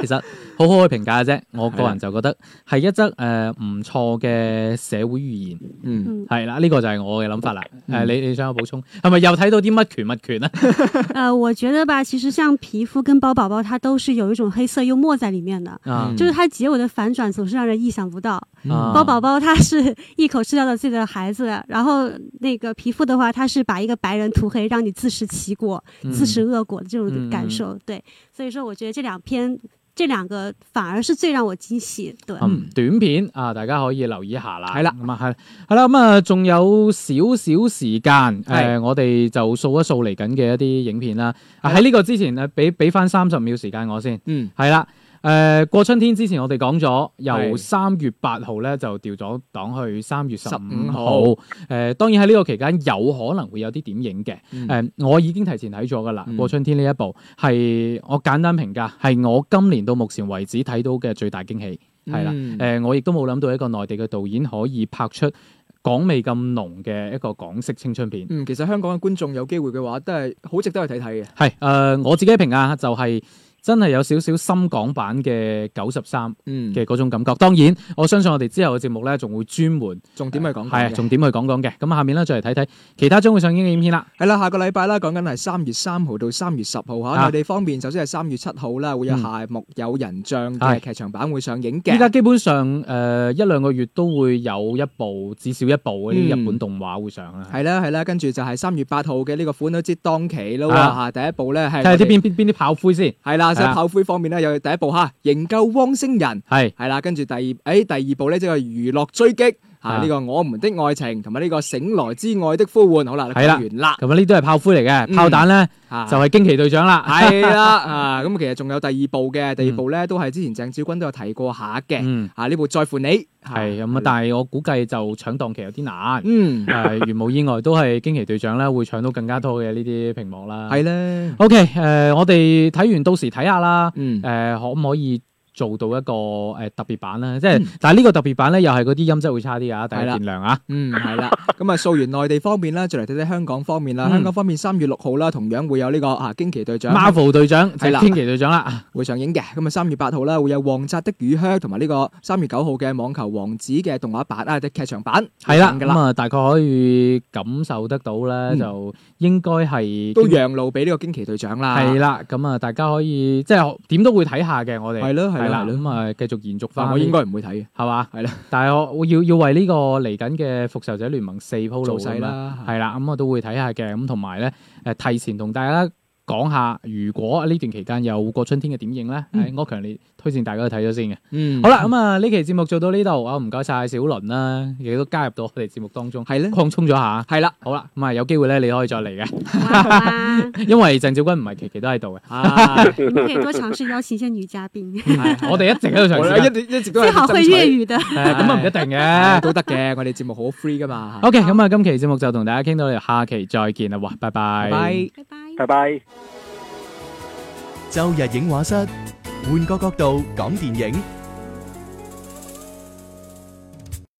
Speaker 3: 其實好好去評價嘅啫。我個人就覺得係一則誒唔錯嘅社會語言。
Speaker 4: 嗯，
Speaker 6: 嗯，
Speaker 3: 係啦，呢、個就係我嘅諗法啦。誒、
Speaker 4: 嗯
Speaker 3: 你你想有補充？係咪又睇到啲乜權乜權啊？
Speaker 6: 呃，我觉得吧，其实像皮肤跟包宝宝，它都是有一种黑色幽默在里面的，
Speaker 3: 啊
Speaker 4: 嗯
Speaker 6: 就是它结尾的反转总是让人意想不到。
Speaker 3: 啊
Speaker 6: 包宝宝他是 一口吃掉了自己的孩子，然后那个皮肤的话，他是把一个白人涂黑，让你自食其果、
Speaker 4: 嗯
Speaker 6: 自食恶果的这种感受。对，所以说我觉得这两篇这两个反而是最让我惊喜。对，
Speaker 4: 哦
Speaker 3: 嗯短片啊，大家可以留意下啦。
Speaker 4: 係啦
Speaker 3: 咁啊係係啦，咁啊仲有少少時間，誒、呃
Speaker 4: 係
Speaker 3: 我哋就數一呃數嚟緊嘅一啲影片啦。啊喺呢個之前啊，俾俾翻三十秒時間我先。
Speaker 4: 嗯，
Speaker 3: 係啦，誒、誒過春天之前，我哋講咗由
Speaker 4: 係
Speaker 3: 三月八號咧就調咗檔去三月十五
Speaker 4: 15
Speaker 3: 號
Speaker 4: 號。
Speaker 3: 誒、當然喺呢個期間有可能會有啲點映嘅。誒、呃
Speaker 4: 嗯
Speaker 3: 我已經提前睇咗㗎啦，
Speaker 4: 嗯
Speaker 3: 《過春天》呢一部係我簡單評價係我今年到目前為止睇到嘅最大驚喜，係啦。誒、
Speaker 4: 嗯
Speaker 3: 呃我亦都冇諗到一個內地嘅導演可以拍出港味咁濃嘅一個港式青春片。
Speaker 4: 嗯，其實香港嘅觀眾有機會嘅話，都係好值得去睇睇嘅。
Speaker 3: 係誒、我自己嘅評價就係、真係有少少深港版嘅九十三。
Speaker 4: 嗯
Speaker 3: 嘅嗰種感覺。當然，我相信我哋之後嘅節目咧，仲會專門
Speaker 4: 重點係講緊
Speaker 3: 係啊
Speaker 4: 嘅
Speaker 3: 重點去講講嘅。咁下面咧，再嚟睇睇其他將會上映嘅影片啦。
Speaker 4: 係啦，下個禮拜啦，講緊係三月三號到三月十號
Speaker 3: 啊
Speaker 4: 嚇。內地方面，首先係三月七號啦，會有
Speaker 3: 嗯
Speaker 4: 夏目友人
Speaker 3: 係
Speaker 4: 帳嘅劇場版會上映
Speaker 3: 依
Speaker 4: 嘅。
Speaker 3: 家基本上誒、呃一兩個月都會有一部至少一部嗰啲
Speaker 4: 嗯
Speaker 3: 日本動畫會上啦。
Speaker 4: 係啦係啦，跟住就係三月八號嘅呢個《款都知當期》啦
Speaker 3: 啊
Speaker 4: 嚇，第一部咧係
Speaker 3: 睇下啲
Speaker 4: 我哋
Speaker 3: 邊邊邊啲炮灰先。
Speaker 4: 係啦，即
Speaker 3: 係啊
Speaker 4: 係炮灰方面咧有第一部嚇《營救汪星人》。
Speaker 3: 係
Speaker 4: 係啦，跟住第二，诶、第二部咧即係娛樂追擊
Speaker 3: 啊
Speaker 4: 啊，呢、個我們的愛情同埋呢個醒來之愛的呼喚，好啦，
Speaker 3: 係啦
Speaker 4: 講完啦，
Speaker 3: 咁啊，呢都係炮灰嚟嘅，
Speaker 4: 嗯
Speaker 3: 炮彈咧
Speaker 4: 啊
Speaker 3: 就係驚奇隊長啦。
Speaker 4: 係啦， 啊，咁其實仲有第二部嘅，第二部咧都係之前鄭少君都有提過下嘅，
Speaker 3: 嗯，
Speaker 4: 啊呢部在乎你
Speaker 3: 係
Speaker 4: 啊
Speaker 3: 咁啊，但係我估計就搶檔期有啲難。
Speaker 4: 嗯
Speaker 3: 誒， 如無意外都係驚奇隊長咧會搶到更加多嘅呢啲屏幕啦。
Speaker 4: 係咧，
Speaker 3: OK，誒、我哋睇完到時睇下啦。
Speaker 4: 嗯
Speaker 3: 誒、可唔可以做到一個誒、特別版咧？即係，但係呢個特別版咧，又係嗰啲音質會差啲啊，大家
Speaker 4: 係嗯啦
Speaker 3: 見諒啊。
Speaker 4: 嗯係啦，咁啊掃完內地方面啦，再嚟睇睇香港方面啦，
Speaker 3: 嗯
Speaker 4: 香港方面三月六號啦，同樣會有呢、個啊驚奇隊長
Speaker 3: Marvel 隊長就
Speaker 4: 係
Speaker 3: 係
Speaker 4: 啦
Speaker 3: 天奇隊長啦，
Speaker 4: 會上映嘅。咁啊，三月八號啦，會有《旺扎的雨靴》同埋呢個三月九號嘅《網球王子》嘅動畫版啊，嘅劇場版
Speaker 3: 係啦，
Speaker 4: 上㗎
Speaker 3: 咁啊，大概可以感受得到咧，
Speaker 4: 嗯
Speaker 3: 就應該係
Speaker 4: 都啊讓路俾呢個驚奇隊長啦。
Speaker 3: 係啦，咁啊，大家可以即係點都會睇下嘅，我哋
Speaker 4: 係咯係咯
Speaker 3: 啦，
Speaker 4: 係咯
Speaker 3: 咁啊，繼續延續
Speaker 4: 但
Speaker 3: 翻，
Speaker 4: 我應該唔會睇嘅，
Speaker 3: 係嘛，
Speaker 4: 係啦，
Speaker 3: 但係我我要要為呢個嚟緊嘅復仇者聯盟四鋪路
Speaker 4: 做
Speaker 3: 咁
Speaker 4: 勢
Speaker 3: 樣
Speaker 4: 啦。
Speaker 3: 係啦，咁我都會睇下嘅，咁同埋咧，誒提前同大家講下，如果呢段期間有過春天嘅點映咧，
Speaker 4: 嗯
Speaker 3: 誒我強烈推薦大家去睇咗先嘅。
Speaker 4: 嗯，
Speaker 3: 好啦，咁啊呢期節目做到呢度，啊唔該晒小倫啦，亦都加入到我哋節目當中，
Speaker 4: 係咧，
Speaker 3: 擴充咗下。
Speaker 4: 係啦，
Speaker 3: 好啦，咁啊有機會咧，你可以再嚟嘅，
Speaker 6: 好啊，
Speaker 3: 因為鄭少君唔係期期都喺度嘅，
Speaker 4: 係
Speaker 6: 你们可以多尝试邀请一些女嘉宾，
Speaker 3: 我哋一直喺度
Speaker 4: 嗯我
Speaker 3: 嘗試
Speaker 4: 哋一直一直都
Speaker 6: 最
Speaker 4: 係
Speaker 6: 好会
Speaker 4: 爭取
Speaker 6: 粤 語的。
Speaker 3: 緊，誒咁啊唔一定
Speaker 4: 誒
Speaker 3: 嘅。
Speaker 4: 都得嘅。我哋節目好 free 噶嘛。
Speaker 3: OK，咁啊今期節目就同大家傾到呢度，下期再見啦，哇，拜
Speaker 4: 拜拜。
Speaker 6: 拜拜。
Speaker 5: 拜拜。
Speaker 2: 周日影畫室，換個角度講電影。